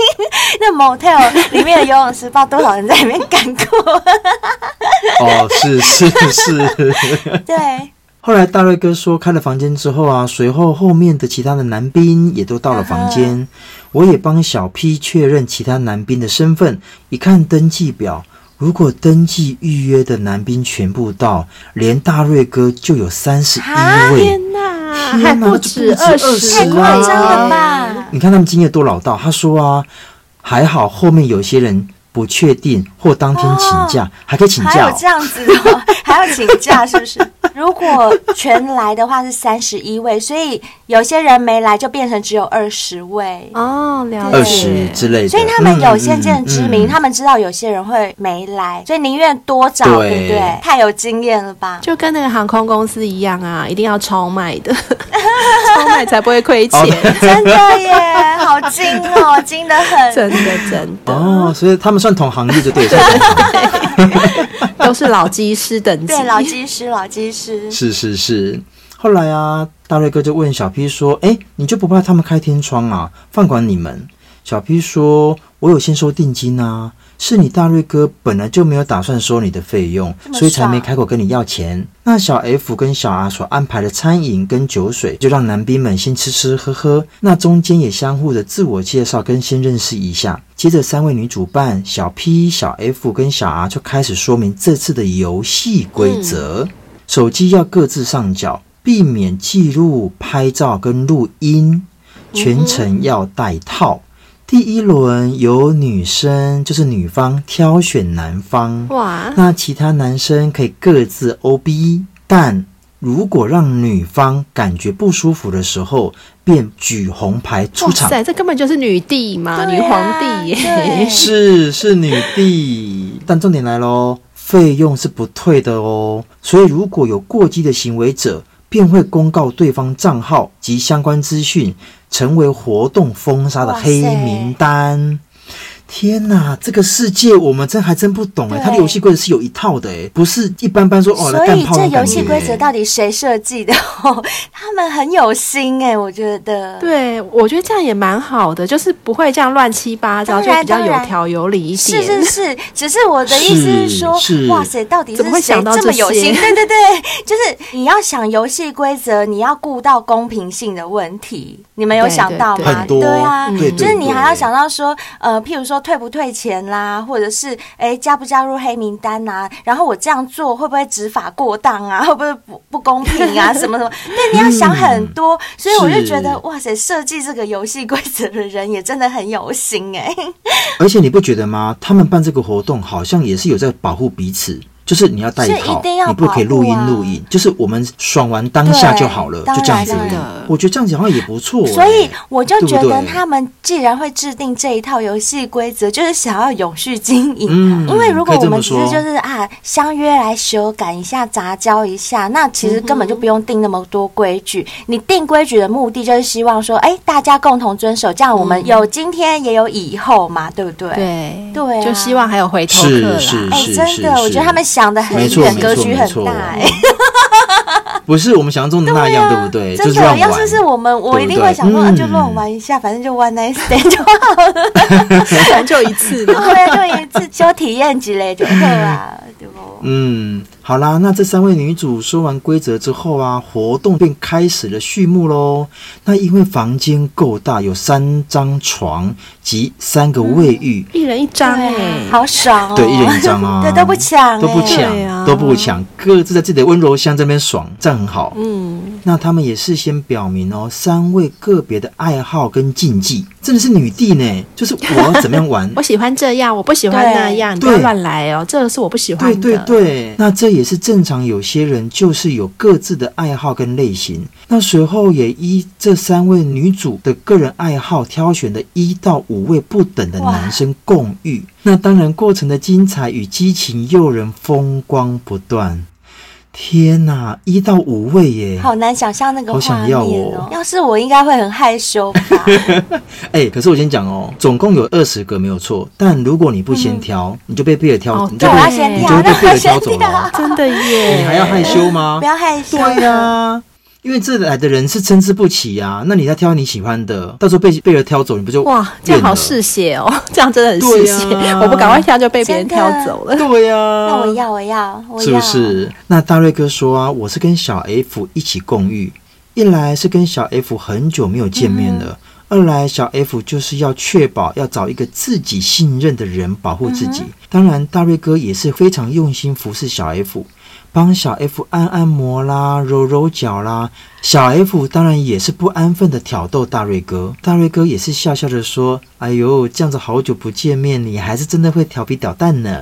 那 motel 里面的游泳池，不知道多少人在里面干过。
哦，是是是。
对，
后来大瑞哥说开了房间之后啊，随后后面的其他的男宾也都到了房
嗯
间，我也帮小 P 确认其他男宾的身份，一看登记表。如果登记预约的男宾全部到，连大瑞哥就有三十
啊
一位。
天哪，
天哪
还不
这不止
止
啊
二
20
十，
太夸张了吧？
你看他们今夜多老道，他说啊，还好后面有些人不确定或当天请假，还可以请
还
假
有
哦、
这样子的哦， 还要请假是不是？如果全来的话是三十一位，所以有些人没来就变成只有二十位。
哦，了解，
二十之类的。
所以他们有先
先
见之
嗯
明，他们知道有些人会没来，所以宁愿多找，
对
对不对？太有经验了吧？
就跟那个航空公司一样啊，一定要超卖的， 超卖才不会亏钱，
哦
真的 耶，好精哦，精得很。
真的真的，
哦，所以他们算同行业就对，算同行 业
都是老技师等级
对，，老技师，老技师，
是是是。后来啊，大瑞哥就问小 P 说：“哎、你就不怕他们开天窗啊？放管你们？”小 P 说：“我有先收定金啊，是你大瑞哥本来就没有打算收你的费用，
这么
所以才没
爽
开口跟你要钱。那小 F 跟小 R 所安排的餐饮跟酒水，就让男兵们先吃吃喝喝，那中间也相互的自我介绍跟先认识一下。接着，三位女主办小 P、小 F 跟小 R 就开始说明这次的游戏规
嗯
则：手机要各自上缴，避免记录、拍照跟录音，全程要带套。第一轮由女生，就是女方挑选男方，
哇，
那其他男生可以各自 O B，但 E，如果让女方感觉不舒服的时候，便举红牌出
哇
场。
塞，这根本就是女帝嘛，
对啊
女皇帝耶！
对啊
哎是是女帝，但重点来喽，费用是不退的哦。所以如果有过激的行为者，便会公告对方账号及相关资讯，成为活动封杀的黑名单。天哪，这个世界我们真还真不懂哎，
对
它的游戏规则是有一套的哎，不是一般般说哦来
所
干
以
炮
这
的
游
感
戏
觉
规则到底谁设计的？ 他们很有心哎、我觉得。
对，我觉得这样也蛮好的，就是不会这样乱七八糟，
当
就
然
比较
当
有
然
条有理一
是
点。
是是，只是我的意
是
思说，
是
哇塞，到底是
怎么会
谁
想到
这
这
么有心？
些
对对对，就是你要想游戏规则，你要顾到公平性的问题，你们有
对
想
对
到
对嗯
吗？
很多，
对啊，
对对
就是你还要
对
想到说，呃，譬如说退不退钱啦，或者是哎、加不加入黑名单呐、然后我这样做会不会执法过当啊？ 会不会不不公平 啊？什么什么？对，你要想很多，所以我就觉得
是
哇塞，设计这个游戏规则的人也真的很有心哎、
而且你不觉得吗？他们办这个活动好像也是有在保护彼此，就是你要带
是
套，
一定要
你不可以录音
保护啊
录影，就是我们爽完当下就好了，
对
就这样子
当
而
然
已
真的。
我觉得这样子好像也不错、欸
所以我就觉
对不
得
对
他们既然会制定这一套游戏规则，就是想要永续经营。
嗯
因为如
可
果
以
我
这么
们只是就是啊相约来修改一下、杂交一下，那其实根本就不用定那么多规
嗯
矩。你定规矩的目的就是希望说，哎、大家共同遵守，这样我们有今天也有以后嘛，对不对？。
对
对啊
就希望还有回头客
是
啦。
是
哎、
是
真
是
的，我觉
是
得他们想的很
没错
远，
没
格
错
局
没
很
错
大、哎，
不是我们想象中的那样，对不对？哎就
啊真
是乱
的，
玩。
要是是我们，我
对
一
不
定会
对
想说，啊，就
嗯
乱玩一下，反正就 one night stand 就好
本来就一次嘛。
对啊，就一次小体验之类就好啊，对不？
嗯，好啦，那这三位女主说完规则之后啊，活动便开始了序幕喽。那因为房间够大，有三张床及三个卫浴，
一人一张哎、
对，好爽哦！
对，一人一张啊，
对，都不抢，
都不
哎
对
抢，
啊
都不抢，各自在自己的温柔乡这边爽，这样很好。
嗯，
那他们也事先表明哦，三位个别的爱好跟禁忌，真的是女帝呢，就是我要怎么样玩
我。喜欢这样，我不喜欢那样，你不
对
要乱来哦，这个是我不喜欢
对
的。
对对，那这也是正常。有些人就是有各自的爱好跟类型。那随后也依这三位女主的个人爱好挑选的一到五位不等的男生共浴。那当然，过程的精彩与激情诱人，风光不断。天哪，一到五位耶！
好难想象那
好
个画
想
面
要
哦
哦。
要是我应该会很害 羞吧？
哎、可是我先讲哦，总共有二十个没有错，但如果你不先挑，你就被贝尔挑，
哦
你就
嗯
对
对，
被
我要先
你
跳
就，会
那
被贝
我
尔挑
先
走了哦
跳。，
真的耶！
你还要害羞吗
不？要害羞。
对啊呀、因为这来的人是参差不齐呀、那你要挑你喜欢的，到时候被被人挑走，你不就
哇，这样好
是？
嗜血哦， 这样真的很嗜
对
血，
啊
我不赶快挑就被别人
真的
挑走了。
对呀、
那我要，我要，我要，
是不？是？那大瑞哥说啊，我是跟小 F 一起共浴，一来是跟小 F 很久没有见面了，二来小 F 就是要确保要找一个自己信任的人保护自己。当然，大瑞哥也是非常用心服侍小 F，帮小 F 按按摩啦、揉揉脚啦。小 F 当然也是不安分的挑逗大瑞哥，大瑞哥也是笑笑的说：“哎呦，这样子好久不见面，你还是真的会调皮捣蛋呢。”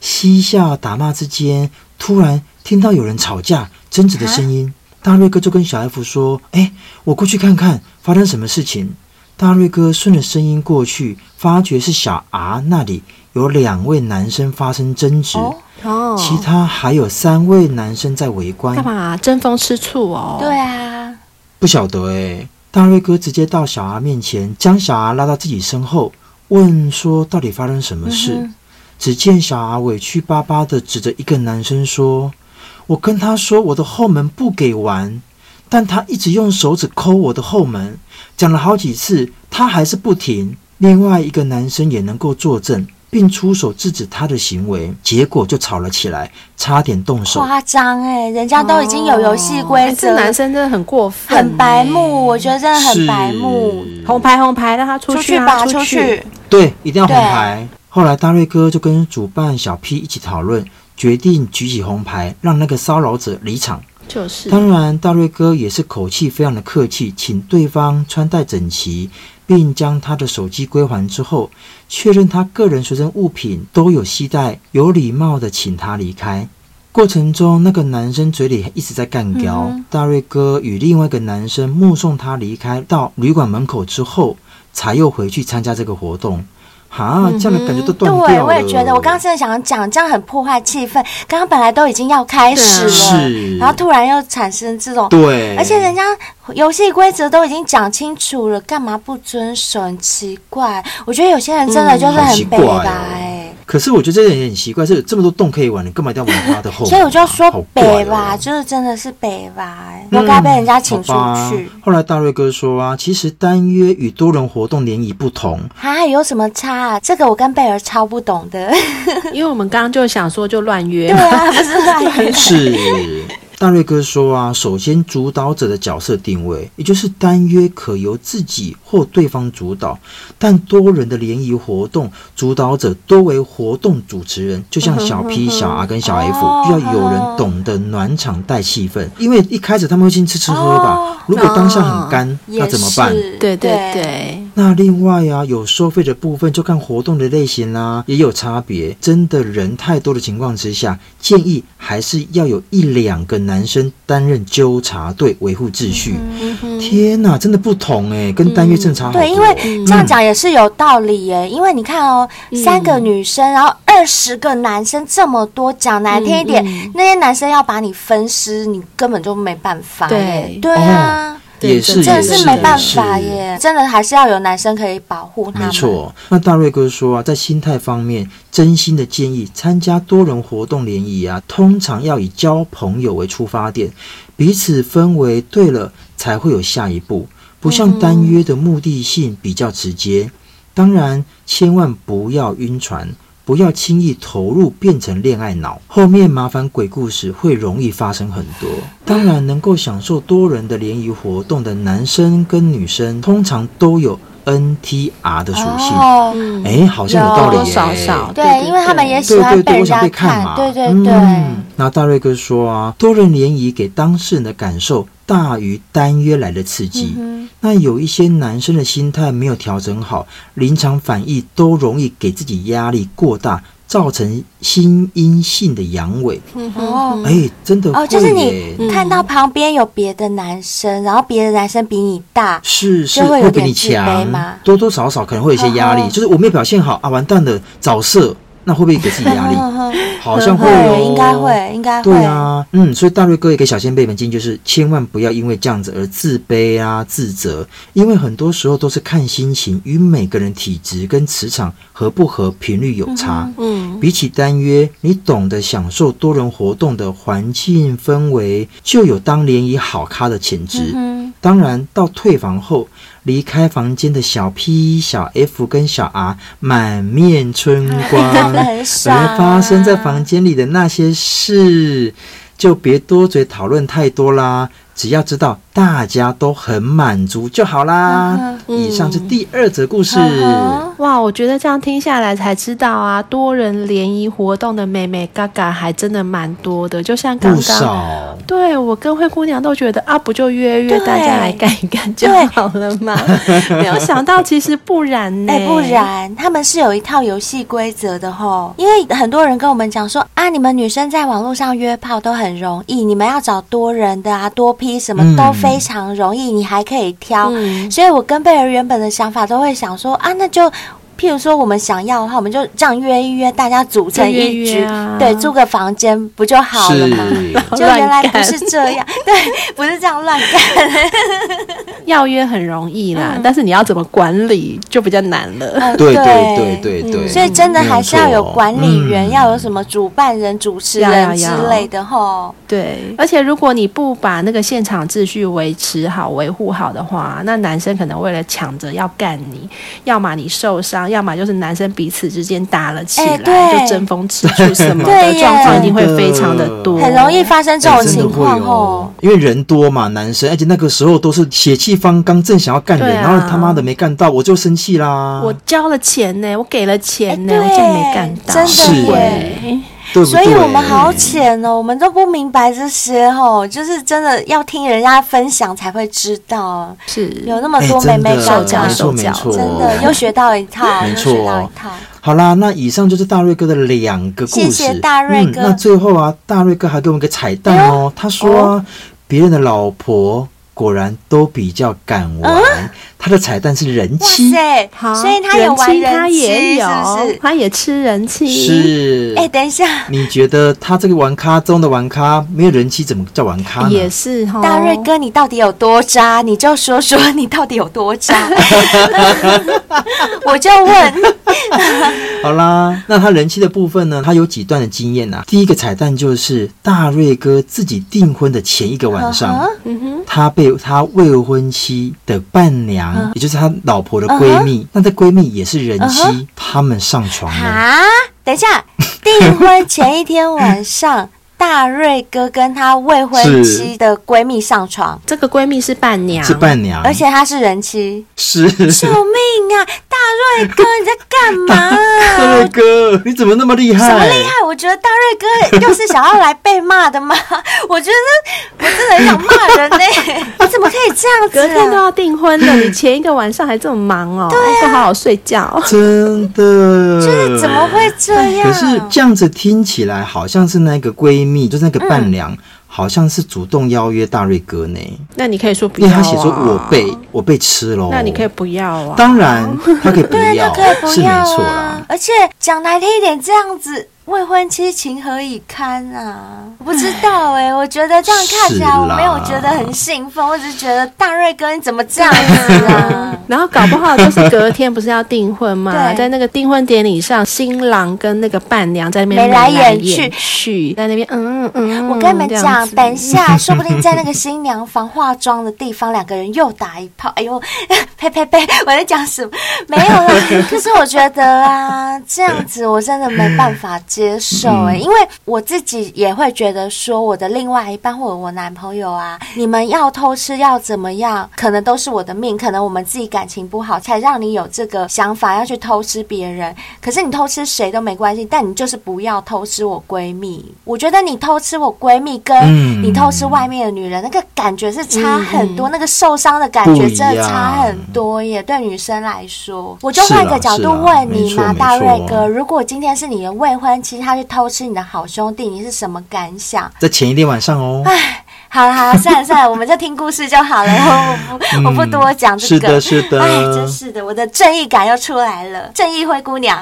嬉笑打骂之间，突然听到有人吵架、争执的声音。
啊
大瑞哥就跟小 F 说：“哎、我过去看看发生什么事情。”大瑞哥顺着声音过去，发觉是小 R 那里有两位男生发生争执，
哦
哦
其他还有三位男生在围观
干。嘛争风吃醋哦？
对啊，
不晓得哎、大瑞哥直接到小 R 面前，将小 R 拉到自己身后，问说：“到底发生什么事？”
嗯
只见小阿委屈巴巴的指着一个男生说：“我跟他说我的后门不给玩，但他一直用手指抠我的后门，讲了好几次，他还是不停。”另外一个男生也能够作证，并出手制止他的行为，结果就吵了起来，差点动手。
夸张哎，人家都已经有游戏规
哎
哦
则
这
了，
男生真的很过分，欸
很白目，我觉得真的很白目。
是
红牌红牌，让他出
出
去
去
啊
吧，
出
出去！
对，一定要红牌。后来大瑞哥就跟主办小 P 一起讨论，决定举起红牌，让那个骚扰者离场。
就是
当然，大瑞哥也是口气非常的客气，请对方穿戴整齐，并将他的手机归还之后，确认他个人随身物品都有携带，有礼貌的请他离开。过程中，那个男生嘴里一直在干嚼。
嗯
大瑞哥与另外一个男生目送他离开到旅馆门口之后，才又回去参加这个活动。哈，啊这样的感觉都断掉了。
嗯对，我也觉得，我刚刚真的想讲，这样很破坏气氛。刚刚本来都已经要开始了，
是
然后突然又产生这种，
对，
而且人家游戏规则都已经讲清楚了，干嘛不遵守？很奇怪。我觉得有些人真的就是
好奇
很哎
怪
悲
哦
白、
可是我觉得这点也很奇怪，是有这么多洞可以玩，你干嘛一定要玩它的后门啊？
所以我就说
好怪
北
哦嗯
吧，就是真的是北吧，都该被人家请出
好
去
吧。后来大瑞哥说啊，其实单约与多人活动联谊不同，
啊，有什么差、啊？这个我跟贝儿超不懂的。
因为我们刚刚就想说就乱约
对，啊，不是乱约
是。大瑞哥说啊，首先主导者的角色定位，也就是单约可由自己或对方主导，但多人的联谊活动，主导者多为活动主持人，就像小 P、小 R 跟小 F，
哦
必要有人懂得暖场带气氛，因为一开始他们会先吃吃喝喝吧，如果当下很干， 那
也
怎么办？
是
对对对，
那另外啊，有收费的部分就看活动的类型啦、啊也有差别。真的人太多的情况之下，建议还是要有一两个男生担任纠察队，维护秩序。天哪，真的不同哎、跟单月正差好多、
嗯对，因为这样讲也是有道理耶。因为你看哦，三个女生，然后二十个男生，这么多，讲难听一点，那些男生要把你分尸，你根本就没办法耶
对。
对啊，
嗯也是
真的
也
是
哦是
没办法
也是
耶，真的还是要有男生可以保护他们。
没错，那大瑞哥说啊，在心态方面，真心的建议参加多人活动联谊啊，通常要以交朋友为出发点，彼此氛围对了，才会有下一步，不
嗯
像单约的目的性比较直接。当然，千万不要晕船，不要轻易投入变成恋爱脑，后面麻烦鬼故事会容易发生很多。当然，能够享受多人的联谊活动的男生跟女生，通常都有 NTR 的属性。
哦，
哎、好像有道
多
理
多
耶、
少少，
对，因为他们也喜
对
欢
对对，
被
我
人
想
家
被看嘛。
对对对。
嗯。那大瑞哥说啊，多人联谊给当事人的感受大于单约来的刺激。
嗯
那有一些男生的心态没有调整好，临场反应都容易给自己压力过大，造成心因性的阳痿。
哦
哎、真的会
哦，就是
耶
你看到旁边有别的男生，然后别的男生比你大，
是是
就会有
会比
点
你
自卑
强
吗，
多多少少可能会有一些压力，
哦
就是我没有表现好啊，完蛋了，早射，那会不会给自己压力？好像会哦，
嗯会，应该会，应该会。
对啊，嗯，所以大瑞哥也给小先辈们建议，就是千万不要因为这样子而自卑啊、自责，因为很多时候都是看心情，与每个人体质跟磁场合不合、频率有差。
嗯，
比起单约，你懂得享受多人活动的环境氛围，就有当联谊好咖的潜质。
嗯
当然，到退房后，离开房间的小 P、小 F 跟小 R 满面春光，
看 得很爽啊
而发生在房间里的那些事，就别多嘴讨论太多啦。只要知道大家都很满足就好啦。以上是第二则故事。
嗯
哇，我觉得这样听下来才知道啊，多人联谊活动的妹妹嘎嘎还真的蛮多的，就像刚
不
刚。
少，
对我跟灰姑娘都觉得啊，不就约约
对
大家来干一干就
对
好了嘛， 没有想到其实不然呢、
哎、不然他们是有一套游戏规则的吼，因为很多人跟我们讲说啊，你们女生在网络上约炮都很容易，你们要找多人的啊，多批什
嗯
么都非常容易，你还可以挑。
嗯
所以我跟贝儿原本的想法都会想说啊，那就。譬如说，我们想要的话，我们就这样约一约，大家组成
就约
一
约
局，
啊
对，租个房间不就好了吗？
是
就原来
乱
不
干
是这样， 对，不是这样乱干。
要约很容易啦，但是你要怎么管理就比较难了。
嗯
对对对对哎对，
所以真的还是要有
没错
管理员，
嗯
要有什么主办人、主持人之
要要要
类的吼。
哦
对，而且如果你不把那个现场秩序维持好、维护好的话，那男生可能为了抢着要干你，要么你受伤，要么就是男生彼此之间打了起
哎
来，
对
就争风吃醋什么
对
的
耶
状况，一定会非常的多，
很容易发生这
哎
种
真的
情
会
况
哦
哦。，
因为人多嘛，男生，而且那个时候都是血气方刚，正想要干人，
对啊
然后他妈的没干到，我就生气啦，
我交了钱呢，我给了钱呢，
啊哎对
我竟然没干到，
真
的耶
会
对不对？
所以我们好浅哦，我们都不明白这些哦，就是真的要听人家分享才会知道，
是
有那么
哎
多妹
真的
妹高
手脚
教
没错
手
没
脚
错，
真的又学到一套，
没
又
错
学到一套。
好啦，那以上就是大瑞哥的两个故事。
谢谢大瑞
嗯。
哥
那最后啊，大瑞哥还给我们一个彩蛋哦，他说啊、别人的老婆果然都比较敢玩，他的彩蛋是人
啊哇
妻。
塞，
好，
所以他有玩
人妻他
人
也
妻，
有，
是不是？
他也吃人气，
是，
哎、等一下，
你觉得他这个玩咖中的玩咖没有人妻，怎么叫玩咖呢？
也是哦哈，
大瑞哥，你到底有多渣？你就说说你到底有多 渣，我就问。
好啦，那他人妻的部分呢？他有几段的经验呐、啊第一个彩蛋就是大瑞哥自己订婚的前一个晚
啊
上，
嗯哼，
他被他未婚妻的伴娘，
嗯
也就是他老婆的闺蜜那她闺蜜也是人妻
嗯
他们上床了。
啊，等一下，订婚前一天晚上，大瑞哥跟他未婚
是
妻的闺蜜上床，
这个闺蜜是伴娘，
是伴娘，
而且他是人妻。
是
救命啊！大瑞哥，你在干 嘛
大瑞
啊？
哥，你怎么那么厉
什么
害？
厉害？我觉得大瑞哥又是想要来被骂的吗？我觉得我真的很想骂人呢、 你怎么可以这样子、啊？
隔天都要订婚 了，你前一个晚上还这么忙哦，
啊
不好好睡觉。
真的，
就是怎么会这样？
嗯可是这样子听起来，好像是那个闺蜜，就是那个伴娘，
嗯
好像是主动邀约大瑞哥呢，
那你可以说不
因为
要、啊，
他写说我被、我被吃喽。
那你可以不要啊。
当然，他可以不
对，
要，
那可以
哦是没
不要
错啦
啊。。而且讲难听一点，这样子未婚妻情何以堪啊？我不知道 哎、我觉得这样看起来
是啦
我没有觉得很兴奋，我只是觉得大瑞哥你怎么这样子 啊？
然后搞不好就是隔天不是要订婚嘛，
对
在那个订婚典礼上，新郎跟那个伴娘在那边
眉来眼
眼
去
去，在那边嗯嗯，
我跟你们
这样
讲，
子
等一下，说不定在那个新娘房化妆的地方，两个人又打一炮。哎呦， 呸呸呸！我在讲什么？ 没有啦。可是我觉得啊，这样子我真的没办法接受哎、因为我自己也会觉得说，我的另外一半或者我男朋友啊，你们要偷吃要怎么样，可能都是我的命，可能我们自己感情不好，才让你有这个想法要去偷吃别人。可是你偷吃谁都没关系，但你就是不要偷吃我闺蜜。我觉得你偷吃我闺蜜，跟
嗯
你偷吃外面的女人，那个感觉是差很多，那个受伤的感觉真的差很多耶。对女生来说，我就换个角度问你
是啦
嘛，
是啦没
大
错
瑞哥，如果今天是你的未婚妻，她去偷吃你的好兄弟，你是什么感想？
在前一天晚上哦，
好了好 了，算了算了，我们就听故事就好了，我不我不多讲
嗯
这
是
个。
的，是的。
哎，真是的，我的正义感又出来了，正义灰姑娘。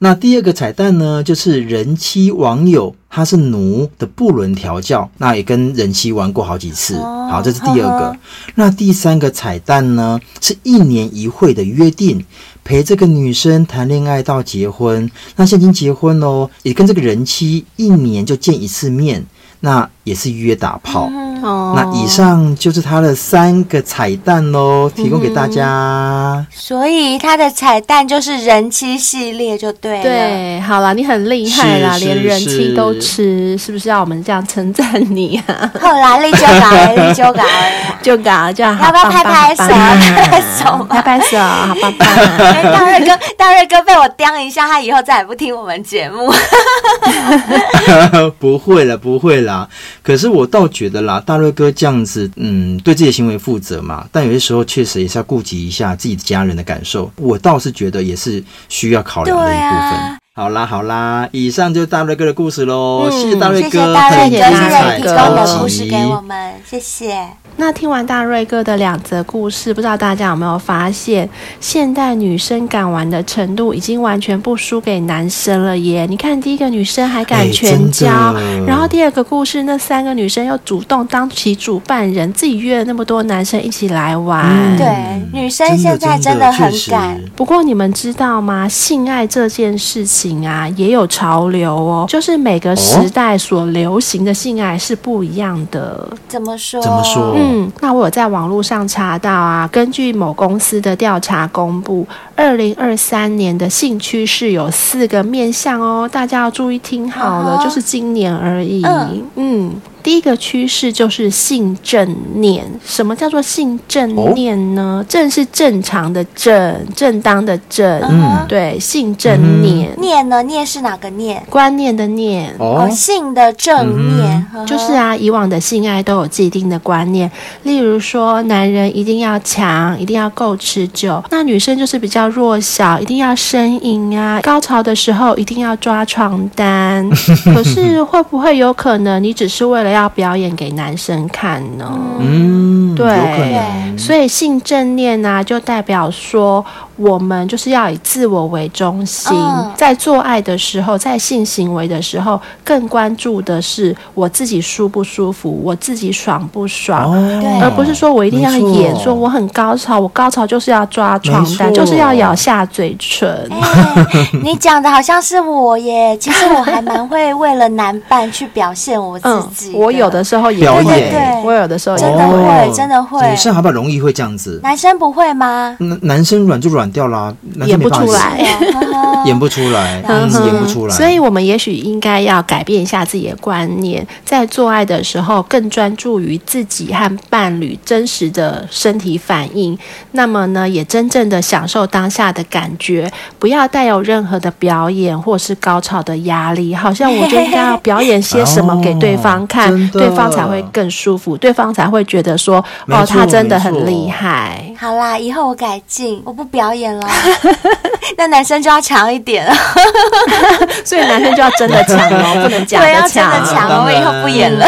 那第二个彩蛋呢，就是人妻网友他是奴的布伦调教，那也跟人妻玩过好几次。
哦
好，这是第二个。
呵呵
那第三个彩蛋呢，是一年一会的约定，陪这个女生谈恋爱到结婚。那现在已经结婚喽，也跟这个人妻一年就见一次面，那也是约打炮。
嗯
哦
那以上就是他的三个彩蛋喽，提供给大家。
所以它的彩蛋就是人妻系列就对了。
对，好啦，你很厉害啦，
是
连
是
人妻都
是
吃，是不是要我们这样称赞你啊？
后来立就搞了，立就搞了，
就搞这样，
要不要拍拍手？ 拍拍手
拍
吧。
拍手，好棒棒啊！
哎大瑞哥，大瑞哥被我刁一下，他以后再也不听我们节目。
不会啦，不会啦。可是我倒觉得啦，大瑞哥这样子，嗯，对自己的行为负责嘛，但有些时候确实也是要顾及一下自己家人的感受。我倒是觉得也是需要考量的一部分。
对啊嗯
好啦，好啦，以上就是大瑞哥的故事喽、谢谢大瑞
谢
哥，
谢大瑞哥，
很精
谢谢
彩
你提
的
供的
高
故
级
事给我们，谢谢。
那听完大瑞哥的两则故事，不知道大家有没有发现，现代女生敢玩的程度已经完全不输给男生了耶！你看，第一个女生还敢全交，
哎真的
然后第二个故事，那三个女生又主动当起主办人，自己约了那么多男生一起来玩。
嗯
对，女生
真的
现在
真
真的很
确实
敢
不过你们知道吗？性爱这件事情啊，也有潮流哦，就是每个时代所流行的性爱是不一样的。
怎么说？
怎么
哦
说
嗯，那我有在网络上查到啊，根据某公司的调查公布，二零二三年的性趋势有四个面向哦，大家要注意听好了
啊哈
就是今年而已。
嗯
嗯第一个趋势就是性正念。什么叫做性正念
哦
呢？正是正常的正，正当的正。
嗯，
对，性正念，
念呢？念是哪个念？
观念的念。
哦嗯
哦，，性的正念，呵呵
就是啊，以往的性爱都有既定的观念，例如说男人一定要强，一定要够持久，那女生就是比较弱小，一定要呻吟啊，高潮的时候一定要抓床单。可是会不会有可能你只是为了要表演给男生看呢？
嗯，
对
有可能，
所以性正念呢、就代表说我们就是要以自我为中心，
嗯
在做爱的时候，在性行为的时候，更关注的是我自己舒不舒服，我自己爽不爽。
哦，
而不是说我一定要演
没错
说我很高潮，我高潮就是要抓床单，
没错
就是要咬下嘴唇。
哎，你讲的好像是我耶，其实我还蛮会为了男伴去表现我哎自
嗯
己，
我有的时候也
表
会
演对对对
我有的时候也
真的
会。
会
哦
真的会
女生还比较容易会这样子，
男生不会吗？哎
男男生软就软掉啦，男生
演
没
不
办法
出
演
来，
演不出来，
嗯
嗯
哼
演不出来，
所以我们也许应该要改变一下自己的观念，在做爱的时候更专注于自己和伴侣真实的身体反应，那么呢，也真正的享受当下的感觉，不要带有任何的表演或是高潮的压力，好像我就应该要表演些什么给对方看，
哦真的
对方才会更舒服，对方才会觉得说，
没
哦，
错
他真的很
嗯没错
厉害。
好啦，以后我改进，我不表演 了。那男生就要强一点了，
所以男生就要真的强哦，不能假
对，要
的
真的
当
强哦，
然
我以后不演了。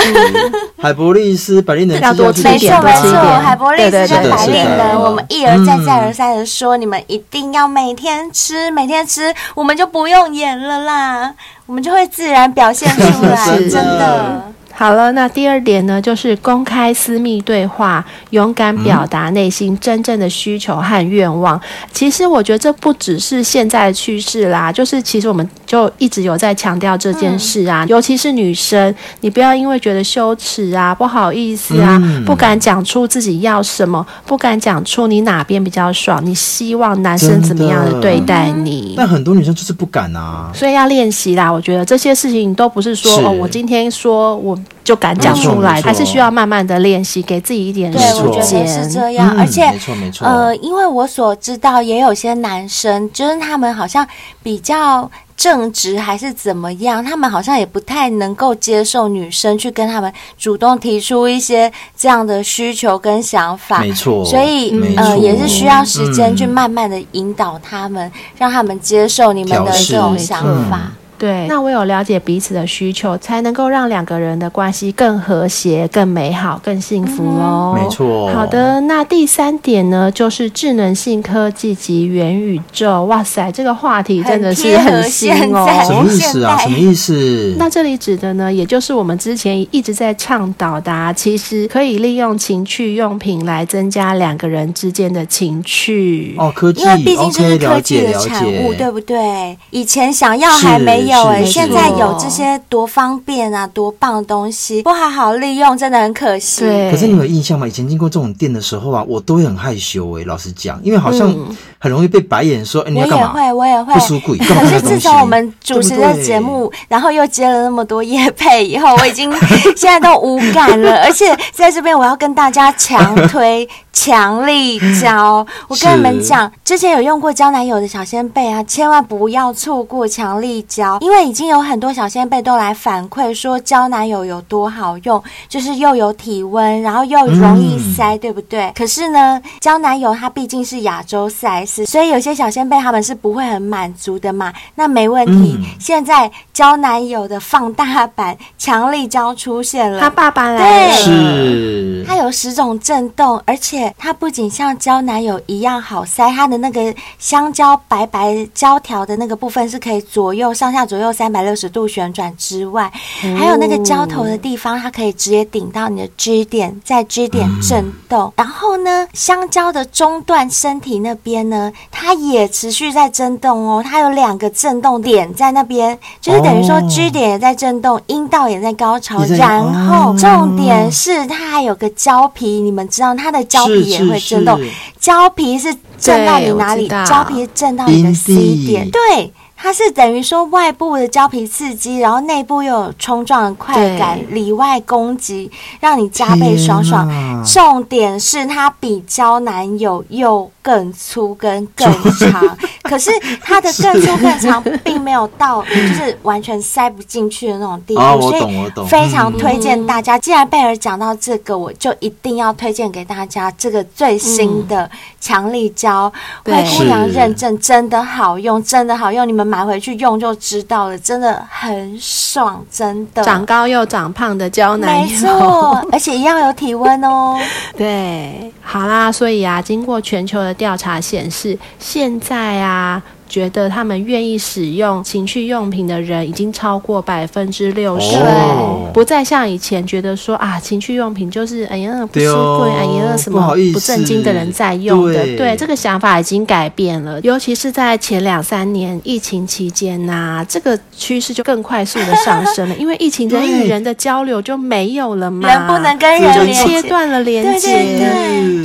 海博利斯百利能
要多
去
吃一
没
点
错
多
没
吃一
错，
点
海博利斯
对对
跟
对
百
是
令
的
人，我们一而再
嗯
再而三的说，你们一定要每天吃，每天吃，我们就不用演了啦，我们就会自然表现出来，
是
真的。
好了，那第二点呢，就是公开私密对话，勇敢表达内心真正的需求和愿望。其实我觉得这不只是现在的趋势啦，就是其实我们就一直有在强调这件事
嗯
啊，尤其是女生，你不要因为觉得羞耻啊、不好意思啊、
嗯
不敢讲出自己要什么，不敢讲出你哪边比较爽，你希望男生怎么样的
真的
对待你。
但很多女生就是不敢啊，
所以要练习啦。我觉得这些事情都不是说
是
哦，我今天说我就敢讲出
没
来，
错
还是需要慢慢的练习，给自己一点
对，
没
时
错
我觉得是
间。
这样，
嗯
而且
没错没错，
呃，因为我所知道也有些男生，就是他们好像比较正直还是怎么样，他们好像也不太能够接受女生去跟他们主动提出一些这样的需求跟想法。
没错，
所以
没，错
呃，也是需要时间去
嗯
慢慢的引导他们，让他们接受你们的
调试
这种想
嗯
法。
对，那我有了解彼此的需求，才能够让两个人的关系更和谐、更美好、更幸福
嗯
喽。
没错
好的，那第三点呢，就是智能性科技及元宇宙。哇塞，这个话题真的是很新哦。
很贴合现在
什么意思啊？
现代
什么意思？
那这里指的呢，也就是我们之前一直在倡导的、啊，其实可以利用情趣用品来增加两个人之间的情趣。
哦，科技
因为毕竟这是
OK，
科
了
技
解
的
了
产
解
物，，对不对？以前想要还没有
是
哎、
是
现
没
在
错
有这些多方便啊，多棒的东西，不好好利用真的很可惜。
对，
可是你
哎
们有印象吗？以前经过这种店的时候啊，我都会很害羞诶、老实讲，因为好像很容易被白眼说，哎、你
嗯我
要干
也
嘛？
会，我也会
不。输 鬼，干嘛看
可
那
是
东西
自从我们主持
对
的
不对
节目，然后又接了那么多夜配以后，我已经现在都无感了。 而且在这边，我要跟大家强推、强力胶。我跟你们
是
讲，之前有用过交男友的小仙贝啊，千万不要错过强力胶，因为已经有很多小仙贝都来反馈说交男友有多好用，就是又有体温，然后又容易
嗯
塞，对不对？可是呢，交男友它毕竟是亚洲赛事，所以有些小先辈他们是不会很满足的嘛。那没问题，
嗯
现在交男友的放大版强力胶出现了，
他爸爸来了，
对
是
它有十种震动，而且它不仅像胶男友一样好塞，它的那个香蕉白白胶条的那个部分是可以左右上下下左右三百六十度旋转之外，
嗯
还有那个交头的地方，它可以直接顶到你的 G 点，在 G 点震动。然后呢，香蕉的中段身体那边呢，它也持续在震动哦，它有两个震动点在那边，就是等于说
哦
G 点也在震动，阴道也在高潮。
也在
然后
哦
重点是它还有个胶皮，你们知道它的胶皮也会震动
是是是，
胶皮是震到你
对我
哪里？
知道
胶皮是震到你的
阴
C
蒂
点，对。它是等于说外部的胶皮刺激，然后内部又有冲撞的快感，里外攻击，让你加倍爽爽
天哪。
重点是它比胶男友又更粗跟更 长，可是它的更粗更长并没有到就是完全塞不进去的那种地步，
哦我
所以
懂我懂嗯
非常推荐大家。既然贝尔讲到这个，我就一定要推荐给大家这个最新的强力胶，
嗯对
灰姑娘
是
认证真的好用，真的好用，你们买回去用就知道了，真的很爽，真的。
长高又长胖的胶男
没
友，
错，而且一样有体温 哦。
对，好啦，所以啊，经过全球的调查显示，现在啊，觉得他们愿意使用情趣用品的人已经超过百分之六十
哦，
不再像以前觉得说啊，情趣用品就是哎呀不
对
是
哦
贵，哎呀什
不
么
好意思
不正经的人在用的，
对
对这个想法已经改变了，尤其是在前两三年疫情期间呐、这个趋势就更快速的上升了，因为疫情人与
对
人的交流就没有了嘛，
人不能跟人
就
连
切
接
断了连
对
接，
对对，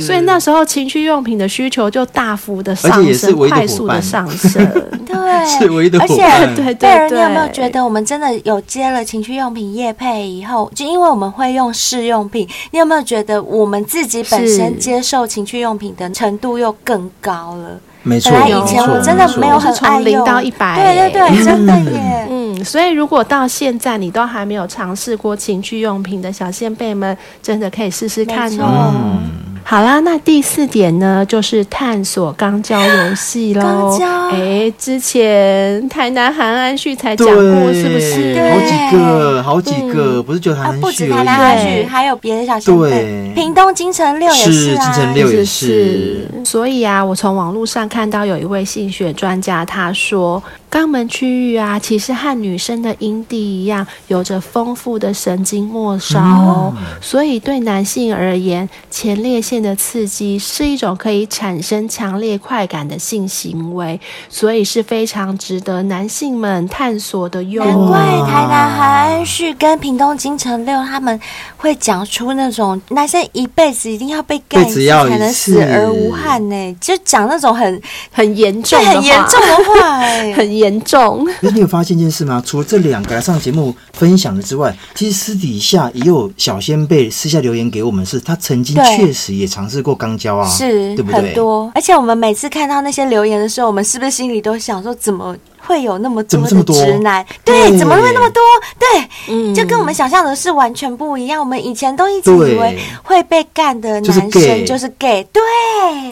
是
所以那时候情趣用品的需求就大幅的上
而且也是
升，
唯一的
快速的上升。
对，
是唯一的
而
伙
且
伴
对对
贝尔，你有没有
对
觉得我们真的有接了情趣用品业配以后，就因为我们会用试用品，你有没有觉得我们自己本身
是
接受情趣用品的程度又更高了？
没错
本来，
有
以前
没错
我真的没有
是
很
从
爱用，
0到100
对对对，
嗯
真的耶。
嗯，所以如果到现在你都还没有尝试过情趣用品的小先辈们，真的可以试试看
没错
哦。
嗯
好啦，那第四点呢，就是探索肛交游戏喽
肛。交
嗯
哎，之前台南韩安旭才讲
对，
过，是不是？
对
好几个，好几个，不是就
啊
韩，
不
旭
止
而
台
已
南韩
对
剧，还有别的小先辈，
哎对
屏东金城六也
是
啊，
金城六也
是
是，
所以啊，我从网络上看到有一位性学专家，他说肛门区域啊，其实和女生的阴蒂一样，有着丰富的神经末梢
嗯
哦。所以对男性而言，前列腺的刺激是一种可以产生强烈快感的性行为，所以是非常值得男性们探索的哟。
难怪台南韩安旭跟屏东金城六他们会讲出那种男生一辈子一定要被干
被只要一
才能
次
死而无憾呢、就讲那种很
很严
就
重，
很严重，的话、欸，
很严重。
可是你有发现一件事吗？除了这两个来上节目分享的之外，其实私底下也有小先辈私下留言给我们是，他曾经
对
确实也尝试过肛交啊，
是
对不
很
对？
多。而且我们每次看到那些留言的时候，我们是不是心里都想说，怎么会有那么
怎
多
么这么
的
多
直男？对，
对
怎么会那么多？对，
嗯
就跟我们想象的是完全不一样。我们以前都一直
对
以为会被干的
就是
男
gay
生就是 gay，对，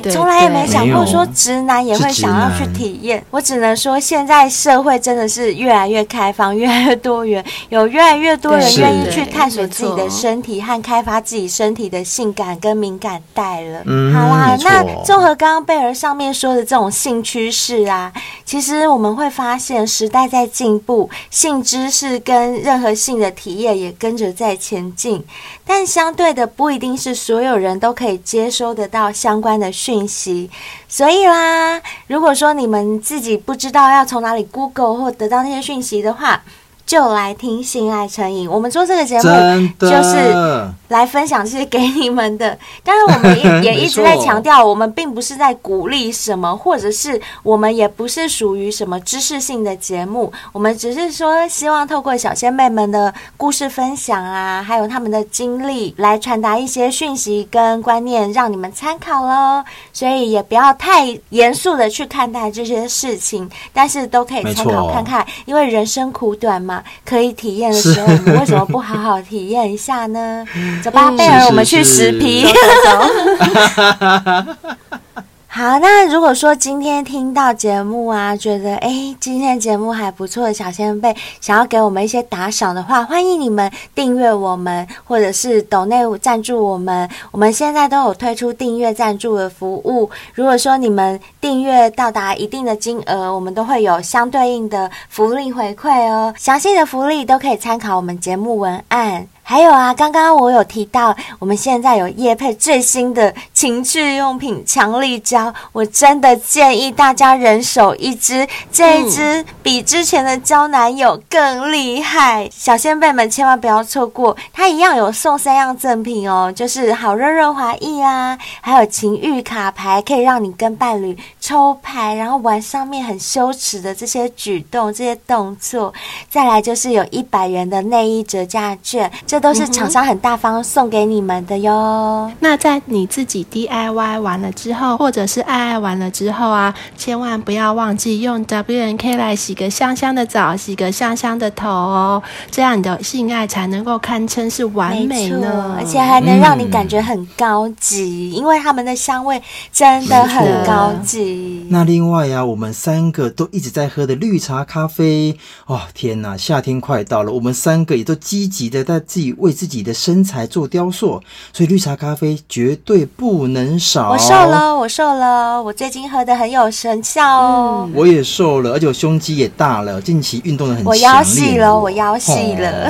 对
从来也没想过
没有
说直男也会
是直
想要去
男
体验。我只能说，现在社会真的是越来越开放，越来越多元，有越来越多人
对
愿意
是
去探索自己
没
的
错
身体和开发自己身体的性感跟敏感带了。
嗯
好啦
没，错
那综合刚刚贝儿上面说的这种性趋势啊，其实我们会发现时代在进步，性知识跟任何性的体验也跟着在前进，但相对的不一定是所有人都可以接收得到相关的讯息，所以啦，如果说你们自己不知道要从哪里 Google 或得到那些讯息的话，就来听《性爱成瘾》。我们做这个节目
真的
就是来分享这些给你们的。当然，我们也 也一直在强调，我们并不是在鼓励什么，或者是我们也不是属于什么知识性的节目，我们只是说希望透过小仙妹们的故事分享啊，还有他们的经历，来传达一些讯息跟观念，让你们参考喽。所以也不要太严肃的去看待这些事情，但是都可以
没
参
错
考看看，因为人生苦短嘛，可以体验的时候，我们为什么不好好体验一下 呢？走吧，
嗯
贝
是
尔，
是
我们去
是
实皮。。
走走走
好，那如果说今天听到节目啊，觉得诶今天的节目还不错的小先辈，想要给我们一些打赏的话，欢迎你们订阅我们，或者是抖内赞助我们。我们现在都有推出订阅赞助的服务。如果说你们订阅到达一定的金额，我们都会有相对应的福利回馈哦。详细的福利都可以参考我们节目文案。还有啊，刚刚我有提到，我们现在有叶配最新的情趣用品强力胶，我真的建议大家人手一支，这一支嗯比之前的胶男友更厉害，小先辈们千万不要错过，它一样有送三样赠品哦，就是好热润滑液啊，还有情欲卡牌，可以让你跟伴侣抽牌，然后玩上面很羞耻的这些举动、这些动作，再来就是有一百元的内衣折价券，这都是厂商很大方送给你们的哟。
那在你自己 DIY 完了之后，或者是爱爱完了之后啊，千万不要忘记用 WNK 来洗个香香的澡，洗个香香的头哦，这样你的性爱才能够堪称是完美
错
呢，。
而且还能让你感觉很高级，因为他们的香味真的很高级。
那另外啊呀、我们三个都一直在喝的绿茶咖啡，哦天哪，夏天快到了，我们三个也都积极的在自己为自己的身材做雕塑，所以绿茶咖啡绝对不能少。
我瘦，了，我瘦了，我最近喝的很有成效哦。
我也瘦了，而且我胸肌也大了，近期运动的很
我腰细了我腰细啊了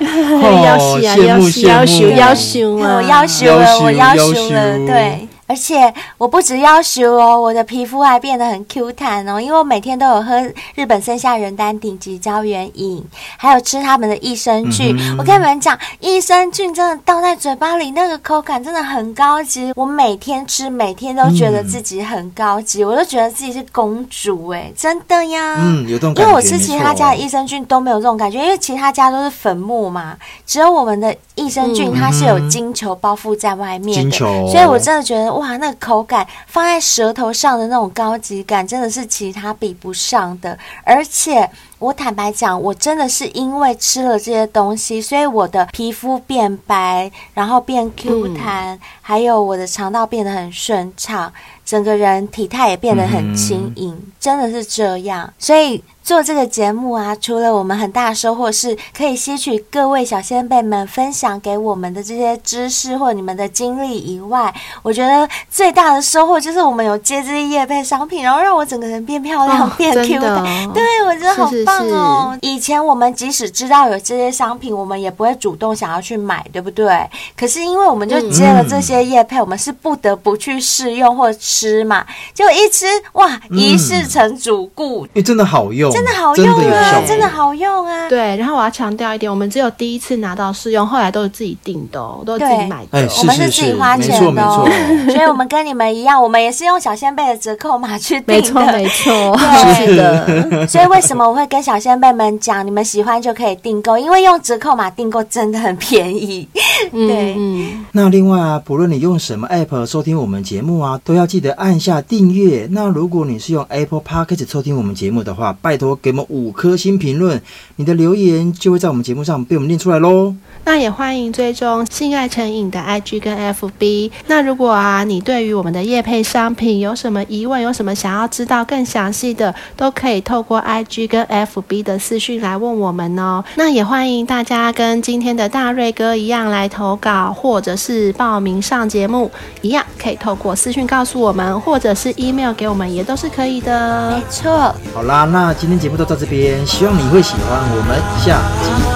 哦
要洗啊，要洗，要洗，要洗啊，
我要修了，我
要
要
修
修了
要，修
对。而且我不止要修哦，我的皮肤还变得很 Q 弹哦，因为我每天都有喝日本生下人丹顶级胶原饮，还有吃他们的益生菌。
嗯
我跟你们讲，益生菌真的倒在嘴巴里，那个口感真的很高级。我每天吃，每天都觉
嗯
得自己很高级，我都觉得自己是公主哎、真的呀。
嗯，有这种感觉。
因为我吃其他家
没
的
错
益生菌都没有这种感觉，因为其他家都是粉末嘛，只有我们的益生菌它是有金球包覆在外面
嗯金
的，
球
所以我真的觉得哇，那个口感放在舌头上的那种高级感，真的是其他比不上的。而且我坦白讲，我真的是因为吃了这些东西，所以我的皮肤变白，然后变嗯 Q 弹，还有我的肠道变得很顺畅，整个人体态也变得很轻盈，真的是这样。所以做这个节目啊，除了我们很大的收获是可以吸取各位小先辈们分享给我们的这些知识或你们的经历以外，我觉得最大的收获就是我们有接这些业配商品，然后让我整个人变漂亮、
哦
变
真
Q
的
弹。对，我觉得好
是是
棒哦！以前我们即使知道有这些商品，我们也不会主动想要去买，对不对？可是因为我们就接了这些叶配，我们是不得不去试用或吃嘛，就一吃哇，一试成主顾，
因为真的好用，
真的好
嗯真
用
的有效
啊
果，，
真的好用啊！
对，然后我要强调一点，我们只有第一次拿到试用，后来都是自己订的、哦，都是自己
对
买的、
哎，
哦。
我
是
们
是
是自己花
没
钱
错没
的哦
错。
所以我们跟你们一样，我们也是用小仙贝的折扣码去订
没
的。
错，没错，
对
是的，
所以为什么我会跟小先辈们讲，你们喜欢就可以订购，因为用折扣码订购真的很便宜。对
嗯，
那另外啊，不论你用什么 app 收听我们节目啊，都要记得按下订阅。那如果你是用 Apple Podcast 收听我们节目的话，拜托给我们五颗星评论，你的留言就会在我们节目上被我们念出来喽。
那也欢迎追踪性爱成瘾的 IG 跟 FB。那如果啊，你对于我们的业配商品有什么疑问，有什么想要知道更详细的，都可以透过 IG 跟 FB 的私讯来问我们哦。那也欢迎大家跟今天的大瑞哥一样来投稿，或者是报名上节目，一样可以透过私讯告诉我们，或者是 email 给我们，也都是可以的。
没错，
好啦，那今天节目就到这边，希望你会喜欢，我们下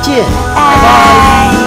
集见。
拜拜。